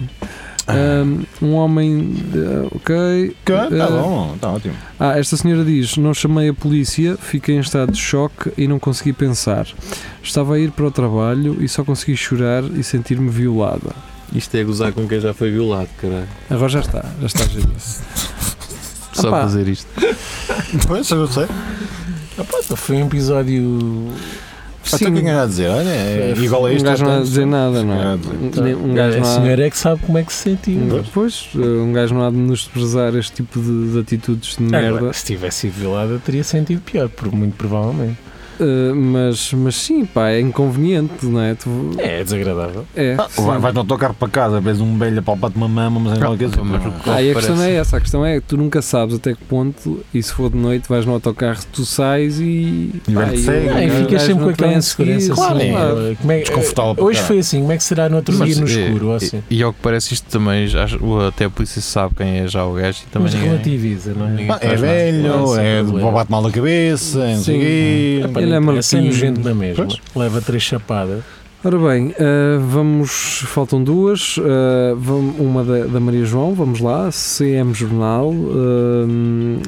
Speaker 3: Ahm, um homem. eh, ok.
Speaker 6: Que? Tá
Speaker 3: eh,
Speaker 6: bom, tá ótimo.
Speaker 3: Ah, esta senhora diz: Não chamei a polícia, fiquei em estado de choque e não consegui pensar. Estava a ir para o trabalho e só consegui chorar e sentir-me violada.
Speaker 4: Isto é gozar com quem já foi violado, caralho.
Speaker 3: Agora já está, já está a gerir.
Speaker 4: Só
Speaker 3: pá.
Speaker 4: fazer isto.
Speaker 6: Pois, eu sei.
Speaker 5: Opa, Foi um episódio.
Speaker 6: Até quem era a dizer, olha, é igual a
Speaker 3: um
Speaker 6: este.
Speaker 3: gajo não há a dizer nada, não é?
Speaker 6: Ah,
Speaker 3: Nem- Um gajo
Speaker 5: tá. a
Speaker 3: não há.
Speaker 5: senhora é que sabe como é que se sentiu.
Speaker 3: um- Pois, um gajo não há de nos desprezar este tipo de, de atitudes de merda,
Speaker 5: Agora, se tivesse sido violada, teria sentido pior, por- muito provavelmente.
Speaker 3: Ah, mas, mas sim, pá, é inconveniente, não é? Tu,
Speaker 5: É desagradável.
Speaker 3: é, sim.
Speaker 6: Ah, Vai- Vais no autocarro para casa, vês um velho a palpar-te uma mama, mas é qualquer coisa.
Speaker 4: mas o que
Speaker 3: Ah, e a questão
Speaker 4: parece-
Speaker 3: é essa, a questão é que tu nunca sabes até que ponto, e se for de noite, vais no autocarro, tu sais e.
Speaker 6: E vai de
Speaker 3: e
Speaker 6: cego.
Speaker 3: o
Speaker 5: Ah, e
Speaker 3: gajo
Speaker 5: ficas sempre
Speaker 3: não
Speaker 5: com
Speaker 3: te
Speaker 5: aquela
Speaker 3: vem a
Speaker 5: insegurança.
Speaker 3: seguir,
Speaker 6: Claro,
Speaker 5: assim,
Speaker 6: é.
Speaker 3: claro.
Speaker 5: ela- como é-
Speaker 6: Desconfortável para
Speaker 5: Hoje
Speaker 6: caralho.
Speaker 5: foi assim, como é que será no outro
Speaker 4: Mas,
Speaker 5: dia no
Speaker 4: eh,
Speaker 5: escuro? ou
Speaker 4: e-
Speaker 5: assim?
Speaker 4: E, ao que parece isto também, já- até a polícia sabe quem é já o gajo e também
Speaker 5: Mas
Speaker 4: ninguém...
Speaker 5: relativiza, não é?
Speaker 4: ninguém
Speaker 6: Ah, É
Speaker 4: faz nada.
Speaker 6: velho,
Speaker 5: Sim,
Speaker 6: é
Speaker 5: problema.
Speaker 6: bate mal da cabeça, não
Speaker 3: Sim.
Speaker 6: sei o quê.
Speaker 3: Ele é
Speaker 5: É
Speaker 3: martinho.
Speaker 5: gente na mesma.
Speaker 6: Pois.
Speaker 5: Leva três chapadas.
Speaker 3: Ora bem, ah, vamos. Faltam duas. ah, vam- uma da, da Maria João, vamos lá. CM Jornal.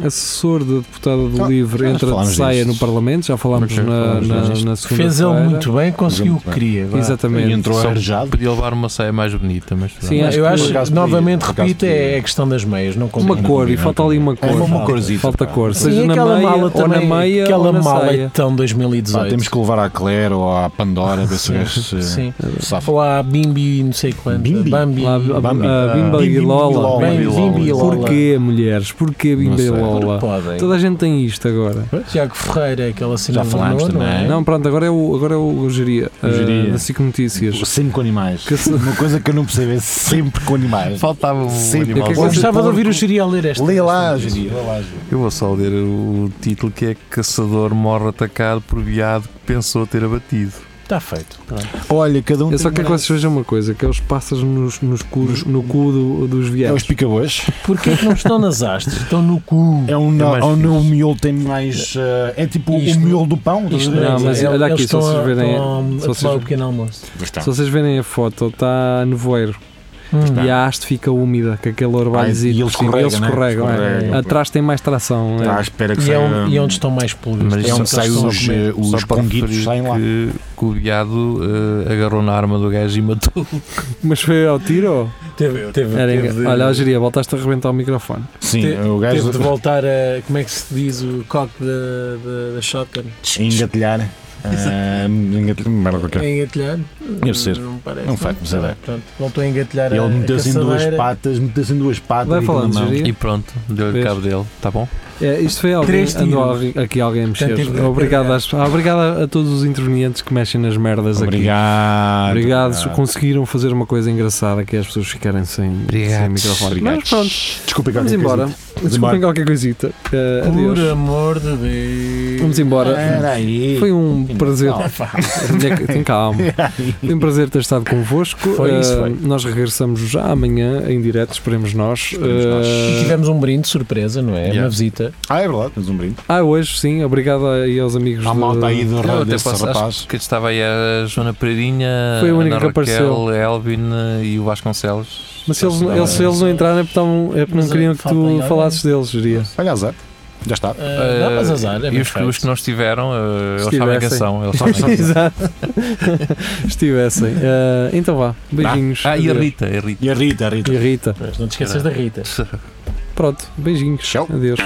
Speaker 3: ah, assessor da deputada do
Speaker 6: Ah,
Speaker 3: Livre
Speaker 6: já
Speaker 3: entra de
Speaker 6: falámos
Speaker 3: saia
Speaker 6: disto.
Speaker 3: no Parlamento. Já falámos
Speaker 4: Ok,
Speaker 3: na,
Speaker 4: falámos
Speaker 3: na,
Speaker 5: disto.
Speaker 3: na segunda.
Speaker 5: Fez ele muito bem, conseguiu o
Speaker 6: Muito
Speaker 5: que
Speaker 6: bem.
Speaker 5: queria. vá.
Speaker 6: E
Speaker 3: Exatamente.
Speaker 6: entrou
Speaker 4: Só
Speaker 6: arejado.
Speaker 4: Podia levar uma saia mais bonita, mas...
Speaker 3: Sim,
Speaker 4: pronto.
Speaker 3: acho
Speaker 5: eu
Speaker 3: que-
Speaker 5: acho,
Speaker 6: por acaso
Speaker 5: novamente,
Speaker 6: podia, por acaso
Speaker 5: repito, é
Speaker 6: podia.
Speaker 5: a questão das meias. Não combina.
Speaker 3: Uma cor, e falta ali uma cor.
Speaker 6: É uma
Speaker 3: Falta.
Speaker 6: corzita,
Speaker 3: Falta
Speaker 6: pá.
Speaker 3: cor,
Speaker 5: Sim,
Speaker 3: seja na
Speaker 5: aquela
Speaker 3: meia,
Speaker 5: mala
Speaker 3: ou na
Speaker 5: também,
Speaker 3: meia
Speaker 5: aquela
Speaker 3: ou na
Speaker 5: mala
Speaker 3: saia.
Speaker 5: tão
Speaker 6: Pá,
Speaker 5: 2018.
Speaker 6: Temos que levar à Claire ou à Pandora, ver se o gajo Mas eh,
Speaker 5: Sim.
Speaker 6: safa.
Speaker 5: Falar Bimbi, não sei quanto.
Speaker 6: Bimbi?
Speaker 5: Bambi.
Speaker 3: Lá,
Speaker 6: Bambi.
Speaker 3: a Bimba
Speaker 6: Bimbi
Speaker 3: e Lola.
Speaker 6: Lola.
Speaker 5: Bem, Bimbi e Lola.
Speaker 3: Porquê, mulheres? Porquê
Speaker 6: Não
Speaker 3: Bimba e
Speaker 6: sei.
Speaker 3: Lola?
Speaker 5: Podem.
Speaker 3: Toda a gente tem isto agora.
Speaker 5: Tiago Ferreira, aquela
Speaker 6: Já
Speaker 5: cena
Speaker 6: falámos
Speaker 5: não é?
Speaker 6: também.
Speaker 3: Não, pronto, agora é o, agora é o Geria, Eh,
Speaker 6: O Geria.
Speaker 3: da SIC Notícias.
Speaker 6: Sempre com animais.
Speaker 3: Que se-
Speaker 6: Uma coisa que eu não percebo é sempre com animais.
Speaker 4: Faltava um
Speaker 6: Sempre.
Speaker 4: animal.
Speaker 3: Eu
Speaker 5: Eu
Speaker 3: quero-
Speaker 5: gostava de ouvir o Xiri a ler esta.
Speaker 6: Lê lá,
Speaker 5: esta notícia.
Speaker 6: Júlio. Lê lá, Júlio.
Speaker 4: Eu vou só ler o título que é Caçador morre atacado por viado que pensou ter abatido.
Speaker 5: Está feito. Pronto.
Speaker 6: Olha, cada um
Speaker 3: Eu só
Speaker 6: tem
Speaker 3: quero que
Speaker 6: uma-
Speaker 3: vocês vejam uma coisa: que é os pássaros nos, nos cus- no cu do- dos
Speaker 6: Uhum. É os
Speaker 3: viados.
Speaker 6: pica-bois.
Speaker 5: Porquê é que não estão nas hastes? Estão no cu.
Speaker 6: É um não,
Speaker 4: mais
Speaker 6: ou
Speaker 4: fixe.
Speaker 6: não, o miolo tem mais. eh, é tipo
Speaker 5: Isto-
Speaker 6: o miolo do pão. estás a ver?
Speaker 3: não, mas
Speaker 5: é-
Speaker 3: olha
Speaker 5: eles
Speaker 3: aqui, se
Speaker 5: estão
Speaker 3: vocês
Speaker 5: a-
Speaker 3: verem-
Speaker 5: estão a
Speaker 3: se vocês-
Speaker 5: tomar o pequeno almoço.
Speaker 3: Se vocês verem a foto, está nevoeiro
Speaker 5: Hum.
Speaker 3: e a haste fica úmida, com aquele
Speaker 6: Ah, e
Speaker 3: orvalhozinho.
Speaker 6: ele
Speaker 3: por cima.
Speaker 6: escorrega,
Speaker 3: Eles
Speaker 6: né?
Speaker 3: escorregam, é.
Speaker 6: Escorrega.
Speaker 3: Atrás tem mais tração. é.
Speaker 6: Está à Ah, espera que um-
Speaker 5: E, é
Speaker 6: saia-
Speaker 5: onde, e onde estão mais peludos?
Speaker 4: Mas um
Speaker 5: É onde
Speaker 6: só- saem
Speaker 5: estão a
Speaker 6: um os- eh,
Speaker 5: comer.
Speaker 6: os
Speaker 4: Só para
Speaker 6: conguitos
Speaker 4: referir
Speaker 6: saem lá.
Speaker 4: Que, que o viado eh, agarrou na arma do gajo e matou.
Speaker 3: Mas foi ao tiro?
Speaker 5: Teve, teve,
Speaker 3: Era enga-
Speaker 5: teve de-
Speaker 3: Olha, ó, Geria, voltaste a arrebentar o microfone.
Speaker 6: hum, Sim,
Speaker 5: Te-
Speaker 6: o
Speaker 5: Teve de
Speaker 6: gajo
Speaker 5: voltar a. Como é que se diz o coque da, da, da shotgun?
Speaker 6: a engatilhar. eh, engatilhar. Merda qualquer.
Speaker 5: A É engatilhar?
Speaker 6: Deve ser.
Speaker 5: Não me parece.
Speaker 6: Não faz, mas é.
Speaker 5: Pronto, voltou a engatilhar a,
Speaker 6: Ele
Speaker 5: a
Speaker 6: meteu-se em duas
Speaker 5: caçadeira.
Speaker 6: patas, meteu-se em duas patas.
Speaker 3: Vai
Speaker 6: e
Speaker 3: falando,
Speaker 6: aquilo na mão.
Speaker 3: Júlio.
Speaker 4: E pronto, deu-lhe
Speaker 3: Vês?
Speaker 4: cabo dele, tá bom?
Speaker 3: É, isto foi alguém.
Speaker 5: Três
Speaker 3: Andou
Speaker 5: tiros.
Speaker 3: alguém- aqui alguém a mexer.
Speaker 5: tive de
Speaker 3: Obrigado,
Speaker 5: carregar.
Speaker 3: às- ah, obrigado a- a todos os intervenientes que mexem nas merdas aqui.
Speaker 6: Obrigado. Ah,
Speaker 3: Obrigado, conseguiram fazer uma coisa engraçada que é as pessoas ficarem sem, sem microfone.
Speaker 6: Obrigado.
Speaker 3: Mas pronto,
Speaker 6: Desculpa,
Speaker 3: vamos embora. Desculpem qualquer coisita. Eh,
Speaker 5: Por
Speaker 3: adeus.
Speaker 5: amor de Deus.
Speaker 3: Vamos embora.
Speaker 6: Peraí.
Speaker 3: Foi um prazer. Tinha que- Tem calma.
Speaker 6: Ah, é
Speaker 3: Foi um prazer ter estado convosco.
Speaker 5: Foi isso,
Speaker 3: Eh,
Speaker 5: foi.
Speaker 3: Nós regressamos já amanhã em direto, esperemos nós. Eh,
Speaker 5: E tivemos um brinde surpresa, não é?
Speaker 6: Yeah.
Speaker 5: Uma visita.
Speaker 6: Ah, é verdade, temos um brinde.
Speaker 3: Ah, hoje sim, obrigado aí aos amigos
Speaker 6: Há
Speaker 3: do-
Speaker 6: malta aí do
Speaker 4: Eu
Speaker 6: rádio
Speaker 4: até
Speaker 6: desse
Speaker 4: posso,
Speaker 6: rapaz.
Speaker 4: acho que estava aí a Joana Pereirinha,
Speaker 3: Foi a única
Speaker 4: Ana
Speaker 3: que apareceu.
Speaker 4: Raquel, Elvin eh, e o Vasconcelos.
Speaker 3: Mas se eles,
Speaker 4: Acho que
Speaker 3: eles- se eles não entrarem é porque, tão- é porque não
Speaker 5: Mas, eh,
Speaker 3: queriam que
Speaker 5: falta
Speaker 3: tu
Speaker 5: aí
Speaker 3: falasses deles, diria.
Speaker 6: Olha, azar. Já está.
Speaker 5: Ah, dá para azar, é
Speaker 4: Eh,
Speaker 5: bem
Speaker 4: e os, que-
Speaker 5: feito.
Speaker 4: os que não estiveram, eh, eles sabem
Speaker 3: Estivessem.
Speaker 4: quem são. Eles sabem quem são.
Speaker 3: Exato. Estivessem. Ah, então vá, beijinhos.
Speaker 4: ah, e a
Speaker 3: Adeus.
Speaker 4: Rita, a Rita.
Speaker 6: E a Rita, a Rita.
Speaker 3: E a Rita.
Speaker 5: Mas não te esqueças da Rita.
Speaker 3: Pronto, beijinhos.
Speaker 6: Tchau.
Speaker 3: Adeus.